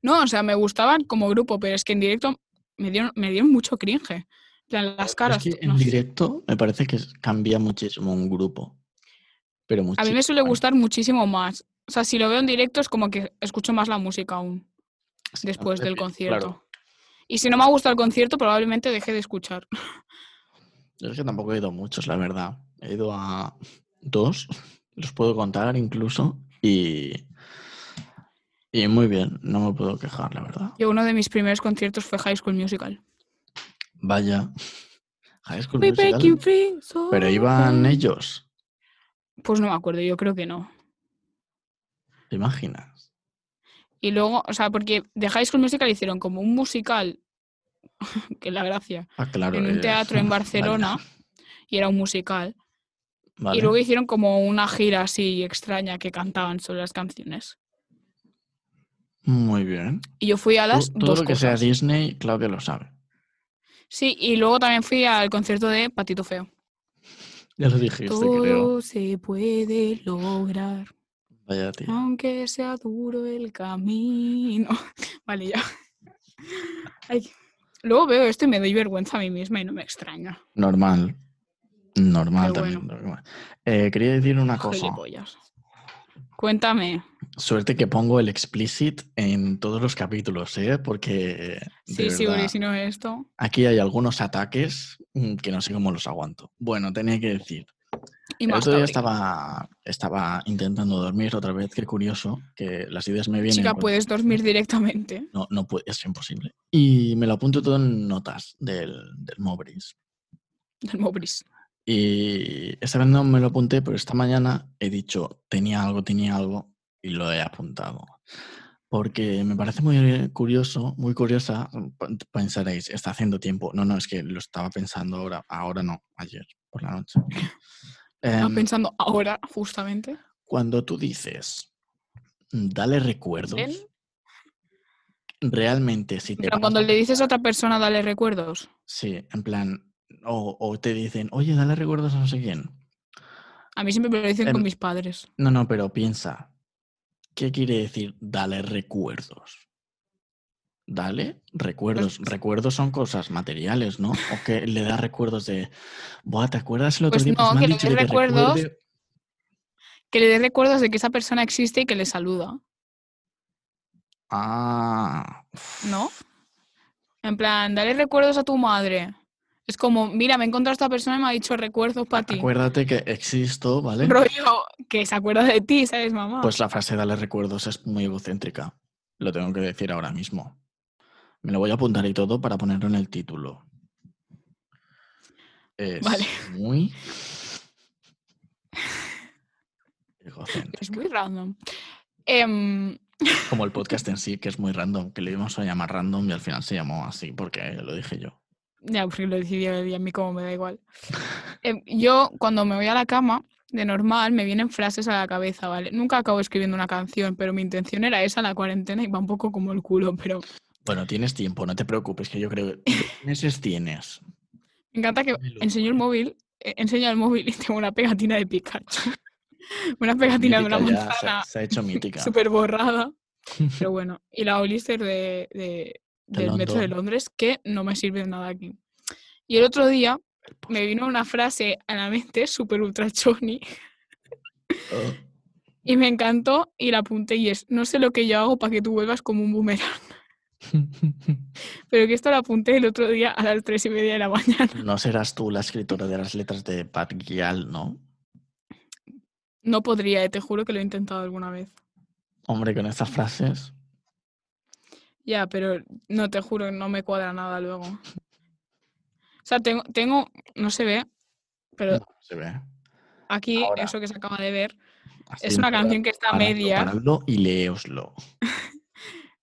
B: No, o sea, me gustaban como grupo, pero es que en directo me dieron, me dieron mucho cringe. En plan, las caras.
A: Es que
B: no
A: en
B: sé.
A: directo me parece que cambia muchísimo un grupo. Pero
B: A mí
A: muchísimo.
B: me suele
A: bueno,
B: gustar muchísimo más. O sea, si lo veo en directo es como que escucho más la música aún
A: sí,
B: después del
A: claro.
B: concierto. Y si no me ha gustado el concierto, probablemente deje de escuchar.
A: Yo es que tampoco he ido a muchos, la verdad. He ido a dos, los puedo contar incluso, y, y muy bien, no me puedo quejar, la verdad.
B: Yo uno de mis primeros conciertos fue High School Musical.
A: Vaya. (laughs) High School
B: We
A: Musical,
B: make you feel so
A: Pero iban
B: bad.
A: ellos,
B: Pues no me acuerdo, yo creo que no.
A: ¿te imaginas?
B: Y luego, o sea, porque de High School Musical hicieron como un musical, (laughs) que la gracia,
A: Ah, claro.
B: en un
A: eh, (laughs)
B: teatro en
A: vaya,
B: Barcelona, y era un musical.
A: vale.
B: Y luego hicieron como una gira así extraña que cantaban sobre las canciones.
A: Muy bien.
B: Y yo fui a
A: Tú-
B: las
A: Todo
B: dos
A: lo que sea
B: cosas.
A: Disney, Claudia lo sabe.
B: Sí, y luego también fui al concierto de Patito Feo.
A: Ya lo dijiste, creo.
B: Todo se puede lograr,
A: Vaya tío.
B: aunque sea duro el camino. (laughs) Vale, ya. Ay. Luego veo esto y me doy vergüenza a mí misma y no me extraña.
A: Normal. Normal
B: Pero
A: también. Eh, quería decir una cosa.
B: Gilipollas. Cuéntame.
A: Suerte que pongo el explicit en todos los capítulos, ¿eh? Porque de
B: Sí, sí, porque
A: verdad,
B: si no esto.
A: aquí hay algunos ataques mm, que no sé cómo los aguanto. Bueno, tenía que decir.
B: Y
A: El
B: más
A: otro día
B: tarde.
A: estaba, estaba intentando dormir otra vez, qué curioso, que las ideas me vienen.
B: Chica, pues
A: cuando-
B: puedes dormir directamente. (laughs)
A: No, no puede, es imposible. Y me lo apunto todo en notas del, del Mobris.
B: Del Mobris.
A: Y esta vez no me lo apunté, pero esta mañana he dicho, tenía algo, tenía algo, y lo he apuntado. Porque me parece muy curioso, muy curiosa, p- pensaréis, está haciendo tiempo. No, no, es que lo estaba pensando ahora, ahora no, ayer por la noche.
B: (laughs) Estaba
A: Em,
B: pensando ahora, justamente.
A: cuando tú dices, dale recuerdos,
B: Ven.
A: realmente si te
B: Pero
A: paras
B: cuando
A: a
B: le dices a
A: pensar-
B: otra persona, dale recuerdos.
A: Sí, en plan, o, o te dicen, oye, dale recuerdos a no sé quién.
B: A mí siempre me lo dicen
A: Em,
B: con mis padres.
A: No, no, pero piensa, ¿Qué quiere decir dale recuerdos? Dale recuerdos.
B: Pues-
A: recuerdos son cosas materiales, ¿no? O que le da recuerdos de. Buah, ¿te acuerdas el otro
B: Pues
A: día?
B: no,
A: me han
B: que le
A: dicho
B: des
A: te
B: recuerdos.
A: recuerde-".
B: Que le dé recuerdos de que esa persona existe y que le saluda,
A: Ah.
B: ¿no? En plan, dale recuerdos a tu madre. Es como, mira, me he encontrado a esta persona y me ha dicho recuerdos para ti.
A: Acuérdate que existo, ¿vale?
B: Rollo, que se acuerda de ti, ¿sabes, mamá?
A: Pues la frase dale recuerdos es muy egocéntrica. Lo tengo que decir ahora mismo. Me lo voy a apuntar y todo para ponerlo en el título. Es
B: Vale.
A: muy egocéntrica.
B: (laughs) es muy random. Em,
A: Como
B: (laughs)
A: el podcast en sí, que es muy random, que le íbamos a llamar random y al final se llamó así porque lo dije yo.
B: Ya, porque lo decidí el día, a mí como me da igual. Em, yo, cuando me voy a la cama, de normal, me vienen frases a la cabeza, ¿vale? Nunca acabo escribiendo una canción, pero mi intención era esa, la cuarentena, y va un poco como el culo, pero
A: Bueno, tienes tiempo, no te preocupes, que yo creo
B: (laughs)
A: que meses tienes.
B: me encanta que
A: Dímelo.
B: enseño el móvil, eh, enseño el móvil y (laughs) tengo una pegatina de Pikachu. (laughs) Una pegatina de una
A: Mítica ya, se-
B: manzana
A: se, ha
B: (laughs)
A: hecho mítica. (laughs)
B: súper borrada. Pero bueno, y la Hollister de, de-
A: De
B: del metro de
A: London.
B: Londres, que no me sirve de nada aquí. Y el otro día me vino una frase a la mente (laughs) súper ultra choni
A: Oh.
B: Y me encantó y la apunté y es, no sé lo que yo hago para que tú vuelvas como un boomerang, (laughs)
A: Oh.
B: pero que esto lo apunté el otro día a las tres y media de la (laughs) mañana.
A: No serás tú la escritora de las letras de Pat Gial, ¿no?
B: No podría, eh, te juro que lo he intentado alguna vez.
A: Hombre, con estas frases.
B: Ya, pero no te juro, no me cuadra nada luego. O sea, tengo, tengo no se ve, pero
A: no se ve.
B: aquí
A: Ahora.
B: eso que se acaba de ver
A: Así
B: es una
A: parad-
B: canción que está a
A: paradlo,
B: medias.
A: paradlo y leoslo.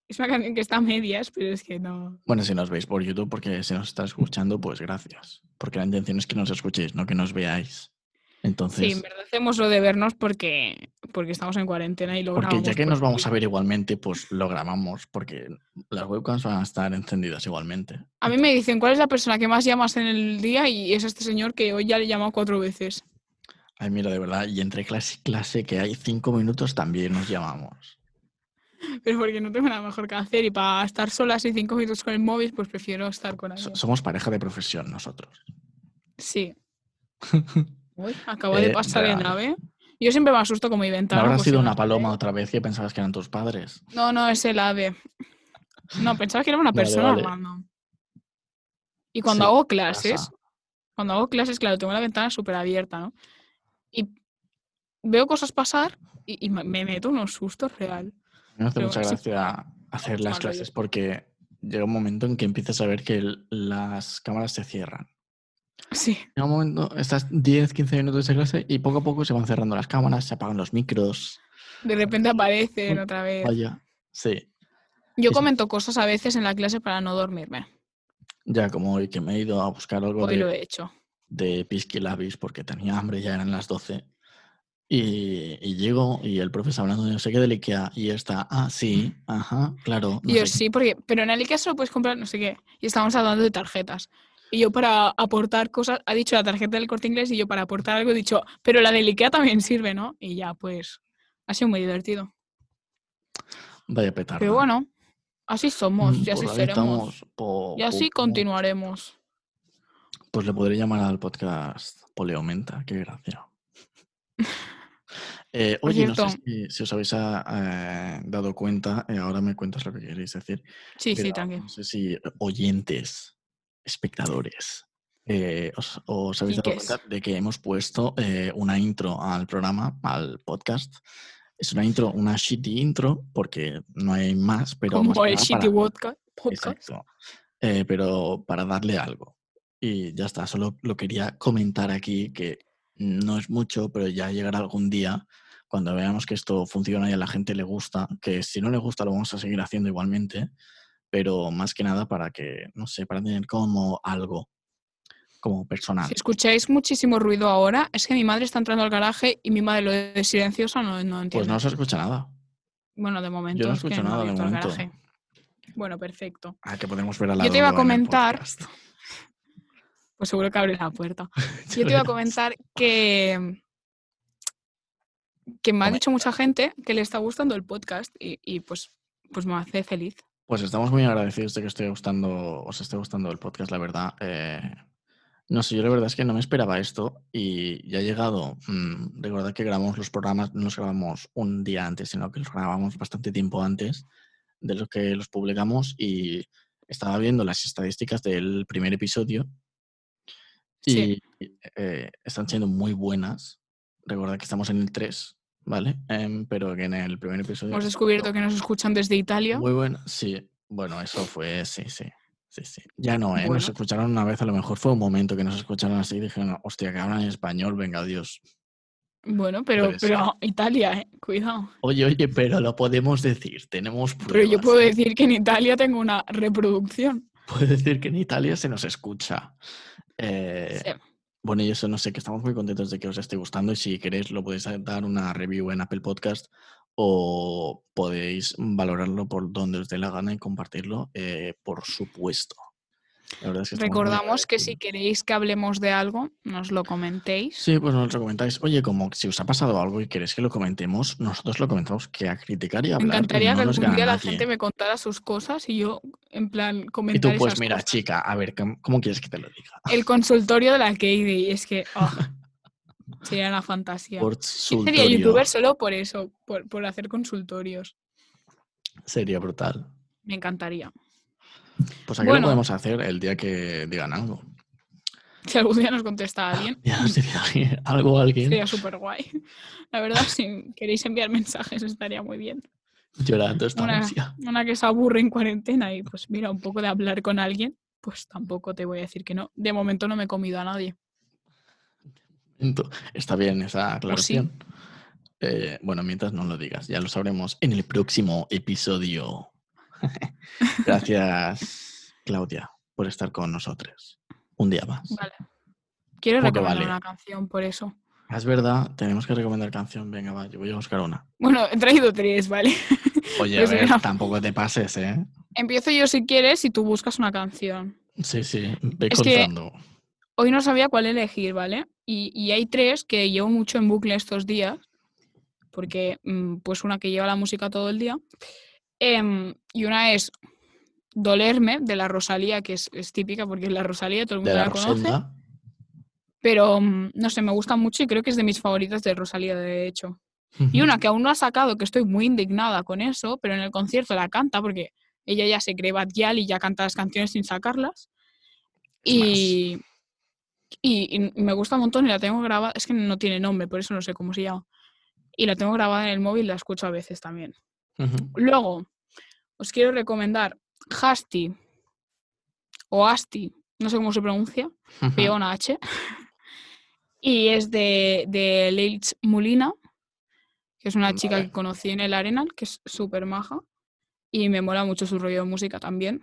B: Es una canción que está a medias, pero es que no.
A: Bueno, si nos veis por YouTube, porque si nos está escuchando, pues gracias. Porque la intención es que nos escuchéis, no que nos veáis.
B: Sí,
A: Entonces,
B: en verdad hacemos lo de vernos porque, porque estamos en cuarentena y lo pues,
A: porque ya
B: grabamos
A: que
B: por
A: nos vamos
B: Twitter.
A: a ver igualmente, pues lo grabamos, porque las webcams van a estar encendidas igualmente.
B: A mí me dicen, ¿cuál es la persona que más llamas en el día? Y es este señor que hoy ya le he llamado cuatro veces. (laughs)
A: Ay, mira, de verdad, y entre clase y clase, que hay cinco minutos, también nos llamamos.
B: Pero porque no tengo nada mejor que hacer y para estar sola y cinco minutos con el móvil, pues prefiero estar con
A: So-
B: alguien.
A: somos pareja de profesión nosotros.
B: Sí. Uy, acabo de
A: Eh,
B: pasar
A: real.
B: en nave. Yo siempre me asusto con mi
A: ¿No
B: ventana.
A: habrá
B: pues, si
A: sido
B: no
A: una
B: es-
A: paloma otra vez que pensabas que eran tus padres?
B: No, no, es el ave. No, pensaba que era una
A: Vale,
B: persona
A: vale.
B: random. Y cuando
A: Sí,
B: hago clases,
A: Pasa.
B: cuando hago clases, claro, tengo la ventana súper abierta, ¿no? Y veo cosas pasar y, y me- me meto unos sustos real.
A: Me hace
B: Pero
A: mucha
B: sí.
A: gracia hacer las
B: Cuando
A: clases porque llega un momento en que empiezas a ver que el- las cámaras se cierran.
B: Sí.
A: Llega un momento, estás 10, 15 minutos de clase y poco a poco se van cerrando las cámaras, se apagan los micros.
B: De repente aparecen
A: (laughs) Uy,
B: otra vez.
A: Vaya. Sí,
B: Yo
A: sí.
B: comento cosas a veces en la clase para no dormirme.
A: ya como hoy que me he ido a buscar algo
B: Hoy lo
A: de,
B: he hecho.
A: de Pisky Labis porque tenía hambre, ya eran las 12. Y, y llego y el profe está hablando de no sé qué de Ikea y está, ah,
B: (laughs)
A: sí, ajá, claro. no
B: Y yo
A: sé qué".
B: sí, porque, pero en el caso puedes comprar no sé qué. Y estábamos hablando de tarjetas. Y yo para aportar cosas, ha dicho la tarjeta del corte inglés y yo para aportar algo he dicho, pero la del IKEA también sirve, ¿no? Y ya, pues, ha sido muy divertido.
A: Vaya petardo.
B: Pero bueno, así somos
A: Mm,
B: y así
A: pues ahí
B: seremos.
A: estamos, po-
B: Y así
A: po- po-
B: continuaremos.
A: Pues le podré llamar al podcast Poleomenta, qué
B: (laughs)
A: gracia. Eh,
B: Por
A: oye, no sé
B: cierto.
A: si, si os habéis ah, eh, dado cuenta, eh, ahora me cuentas lo que queréis decir.
B: Sí, sí,
A: pero
B: tranqui.
A: No sé si oyentes, espectadores, eh, os, os habéis dado
B: Chiques.
A: cuenta de que hemos puesto eh, una intro al programa, al podcast. Es una intro, una shitty intro, porque no hay más, pero más
B: Como
A: que
B: el
A: nada
B: Shitty
A: para-
B: Wodka- Podcast.
A: Exacto. Eh, pero para darle algo. Y ya está, solo lo quería comentar aquí, que no es mucho, pero ya llegará algún día, cuando veamos que esto funciona y a la gente le gusta, que si no le gusta lo vamos a seguir haciendo igualmente, pero más que nada para que, no sé, para tener como algo, como personal.
B: Si escucháis muchísimo ruido ahora, es que mi madre está entrando al garaje y mi madre lo de silenciosa no, no
A: Pues
B: entiende.
A: no se escucha nada.
B: bueno, de momento.
A: Yo no
B: es que
A: escucho
B: ha
A: nada de
B: abierto el
A: momento.
B: garaje. Bueno, perfecto.
A: Ah, que podemos ver a la
B: Yo te iba a
A: Dodo en el
B: comentar-
A: podcast. (laughs)
B: Pues seguro que abre la puerta. Yo te iba a comentar que que me ha
A: Hombre.
B: dicho mucha gente que le está gustando el podcast y, y pues, pues me hace feliz.
A: Pues estamos muy agradecidos de que esté gustando, os esté gustando el podcast, la verdad. Eh, no sé, yo la verdad es que no me esperaba esto y ya ha llegado. mm, recordad que grabamos los programas, no los grabamos un día antes, sino que los grabamos bastante tiempo antes de lo que los publicamos y estaba viendo las estadísticas del primer episodio
B: Sí.
A: y eh, están siendo muy buenas. Recordad que estamos en el 3, ¿vale? Em, pero que en el primer episodio...
B: Hemos
A: pues,
B: descubierto que nos escuchan desde Italia.
A: muy bueno, sí. Bueno, eso fue, sí, sí. Sí, sí. Ya no, ¿eh? Nos
B: Bueno.
A: escucharon una vez, a lo mejor fue un momento que nos escucharon así y dijeron, hostia, que hablan en español, venga, Dios.
B: Bueno, pero,
A: Pues-
B: pero (laughs) Italia, eh, cuidado.
A: Oye, oye, pero lo podemos decir, tenemos
B: Pero yo
A: pruebas,
B: puedo
A: ¿eh?
B: decir que en Italia tengo una reproducción.
A: Puedo decir que en Italia se nos escucha. Eh,
B: Sí.
A: Bueno, y eso no sé, que estamos muy contentos de que os esté gustando y si queréis lo podéis dar una review en Apple Podcast o podéis valorarlo por donde os dé la gana y compartirlo, eh, por supuesto. La verdad es que estamos muy
B: Recordamos que
A: agradecidos.
B: si queréis que hablemos de algo, nos lo comentéis.
A: Sí, pues nos lo comentáis. Oye, como si os ha pasado algo y queréis que lo comentemos, nosotros lo comentamos que a criticar y
B: Me
A: hablar
B: encantaría
A: no
B: que
A: nos
B: algún
A: gana
B: día la
A: nadie.
B: gente me contara sus cosas y yo, en plan,
A: Y tú,
B: comentar
A: pues
B: esas
A: mira,
B: cosas.
A: chica, a ver, ¿cómo cómo quieres que te lo diga?
B: El consultorio de la Katie, es que ah, sería una fantasía.
A: Por
B: Yo sería
A: sultorio.
B: youtuber solo por eso, por, por hacer consultorios.
A: Sería brutal.
B: Me encantaría.
A: Pues aquí
B: Bueno.
A: lo podemos hacer el día que digan algo. (laughs)
B: Si algún día nos contesta alguien,
A: Ya nos diría alguien- (laughs) algo a alguien,
B: sería súper guay. La verdad, si queréis enviar mensajes, estaría muy bien.
A: llorando esta
B: Una-
A: ansia.
B: Una que se aburre en cuarentena y pues mira, un poco de hablar con alguien, pues tampoco te voy a decir que no. De momento no me he comido a nadie.
A: Ento- Está bien esa
B: Pues sí.
A: aclaración. Eh, bueno, mientras no lo digas, ya lo sabremos en el próximo
B: (laughs)
A: episodio. Gracias, Claudia, por estar con nosotros. Un día más.
B: Vale. Quiero
A: Poco
B: recomendar
A: vale.
B: una canción por eso.
A: Es verdad, tenemos que recomendar canción. Venga, va, yo voy a buscar una.
B: Bueno, he traído tres, ¿vale? (laughs)
A: Oye, a
B: Pues
A: ver,
B: mira.
A: tampoco te pases, ¿eh?
B: Empiezo yo si quieres y tú buscas una canción.
A: Sí, sí, ve
B: Es que-
A: contando.
B: Hoy no sabía cuál elegir, ¿vale? Y, y hay tres que llevo mucho en bucle estos días, porque mm, pues una que lleva la música todo el día. Em, y una es Dolerme, de la Rosalía, que es, es típica porque la Rosalía todo el
A: De
B: mundo
A: la
B: la, conoce.
A: Rosalía.
B: Pero mm, no sé, me gusta mucho y creo que es de mis favoritas de Rosalía, de hecho. Y una que aún no ha sacado, que estoy muy indignada con eso, pero en el concierto la canta porque ella ya se cree Bad Gyal y ya canta las canciones sin sacarlas.
A: Es más.
B: Y, y, y me gusta un montón y la tengo grabada, es que no tiene nombre, por eso no sé cómo se llama. Y la tengo grabada en el móvil, la escucho a veces también.
A: Ujú.
B: Luego, os quiero recomendar Hasti o Asti, no sé cómo se pronuncia, que lleva una H. Y es de, de Leitz Mulina, que es una chica
A: Vale.
B: que conocí en el Arenal, que es súper maja. Y me mola mucho su rollo de música también.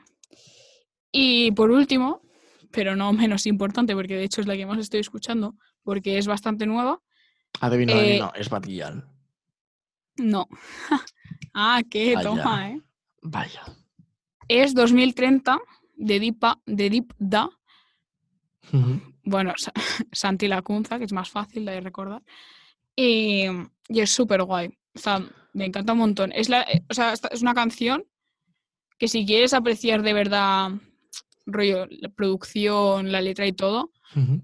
B: Y por último, pero no menos importante, porque de hecho es la que más estoy escuchando, porque es bastante nueva.
A: Adivino,
B: Eh,
A: adivino, es Batillal.
B: No. (laughs) ah, qué
A: Vaya.
B: toma, ¿eh?
A: Vaya.
B: Es 2030 de Deepa, de Deep Da.
A: Ujú.
B: Bueno, Sa- (laughs) Santi Lacunza, que es más fácil de recordar. Y, y es súper guay. O sea, me encanta un montón. Es, la, eh, o sea, esta- es una canción que si quieres apreciar de verdad rollo, la producción, la letra y todo,
A: Ujú.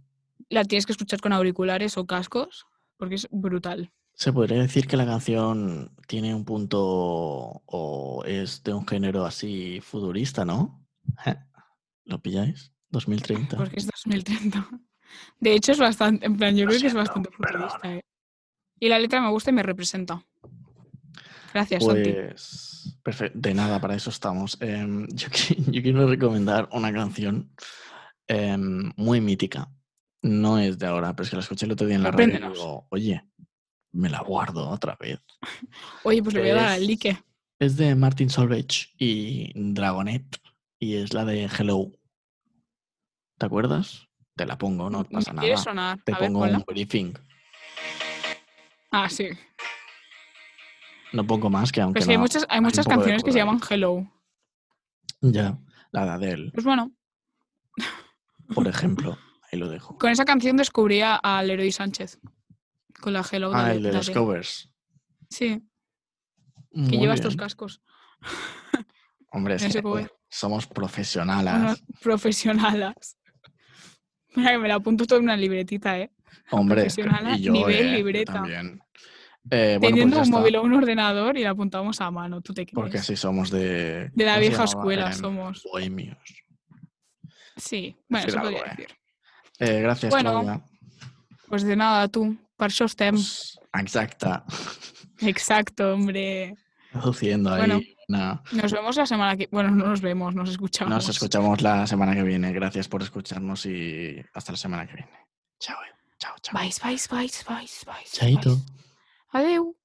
B: la tienes que escuchar con auriculares o cascos, porque es brutal.
A: ¿Se podría decir que la canción tiene un punto o es de un género así futurista, no? ¿Lo pilláis? 2030.
B: Porque es 2030. (laughs) De hecho, es bastante, en plan, yo
A: Lo
B: creo que es
A: siento,
B: bastante
A: perdón.
B: futurista. eh. Y la letra me gusta y me representa. Gracias, Santi.
A: Pues, perfecto. De nada, para eso estamos. Em, (laughs) yo, qui- yo quiero recomendar una canción em, muy mítica. No es de ahora, pero es que la escuché el otro día en la radio y
B: Sorpréndenos.
A: digo, oye, me la guardo otra vez.
B: Oye, pues le voy a dar al
A: es-
B: like.
A: Es de Martin Solveig y Dragonet y es la de Hello. ¿Te acuerdas? Te la pongo, no
B: Me
A: pasa nada.
B: quiere Mm, sonar.
A: Te
B: a ver,
A: pongo
B: ponla.
A: un briefing.
B: Ah, sí.
A: No pongo más que aunque
B: Pues
A: no.
B: hay muchas, hay muchas
A: poco de
B: canciones que se
A: cura ahí.
B: llaman Hello.
A: Ya, la de Adele,
B: Pues bueno, (laughs)
A: por ejemplo. Ahí lo dejo.
B: con esa canción descubrí a a Leroy Sánchez, con la Hello
A: Ah,
B: Dale-
A: el de los
B: Dale.
A: covers.
B: Sí, que
A: Muy
B: llevas tus
A: bien.
B: cascos.
A: Hombre, es
B: en ese
A: que,
B: cover.
A: eh, somos profesionales.
B: Unos profesionales. (laughs) Mira que me la apunto todo en una libretita, ¿eh?
A: Hombre, es que-
B: profesionales,
A: y yo,
B: nivel
A: eh, yo
B: libreta.
A: también. Eh, bueno, pues
B: Teniendo
A: ya
B: un
A: está,
B: móvil o un ordenador y la apuntamos a mano, tú te crees.
A: Porque así somos de...
B: De la
A: ¿cómo se
B: vieja
A: llamaba?
B: escuela
A: Em,
B: somos.
A: Bohemios.
B: Sí, bueno,
A: decir
B: eso podría
A: algo, eh.
B: decir.
A: Eh, gracias,
B: Bueno,
A: Claudia.
B: Pues de nada, tú, per això estem.
A: Pues,
B: Em,
A: Exacta.
B: Exacto, hombre.
A: Haciendo ahí.
B: Bueno.
A: una-
B: Nos vemos la semana que... Bueno, no nos vemos, nos escuchamos.
A: Nos escuchamos la semana que viene. Gracias por escucharnos y hasta la semana que viene. Chao, eh. chao, chao.
B: Bye, bye, bye, bye, bye.
A: Chaito.
B: Adeu.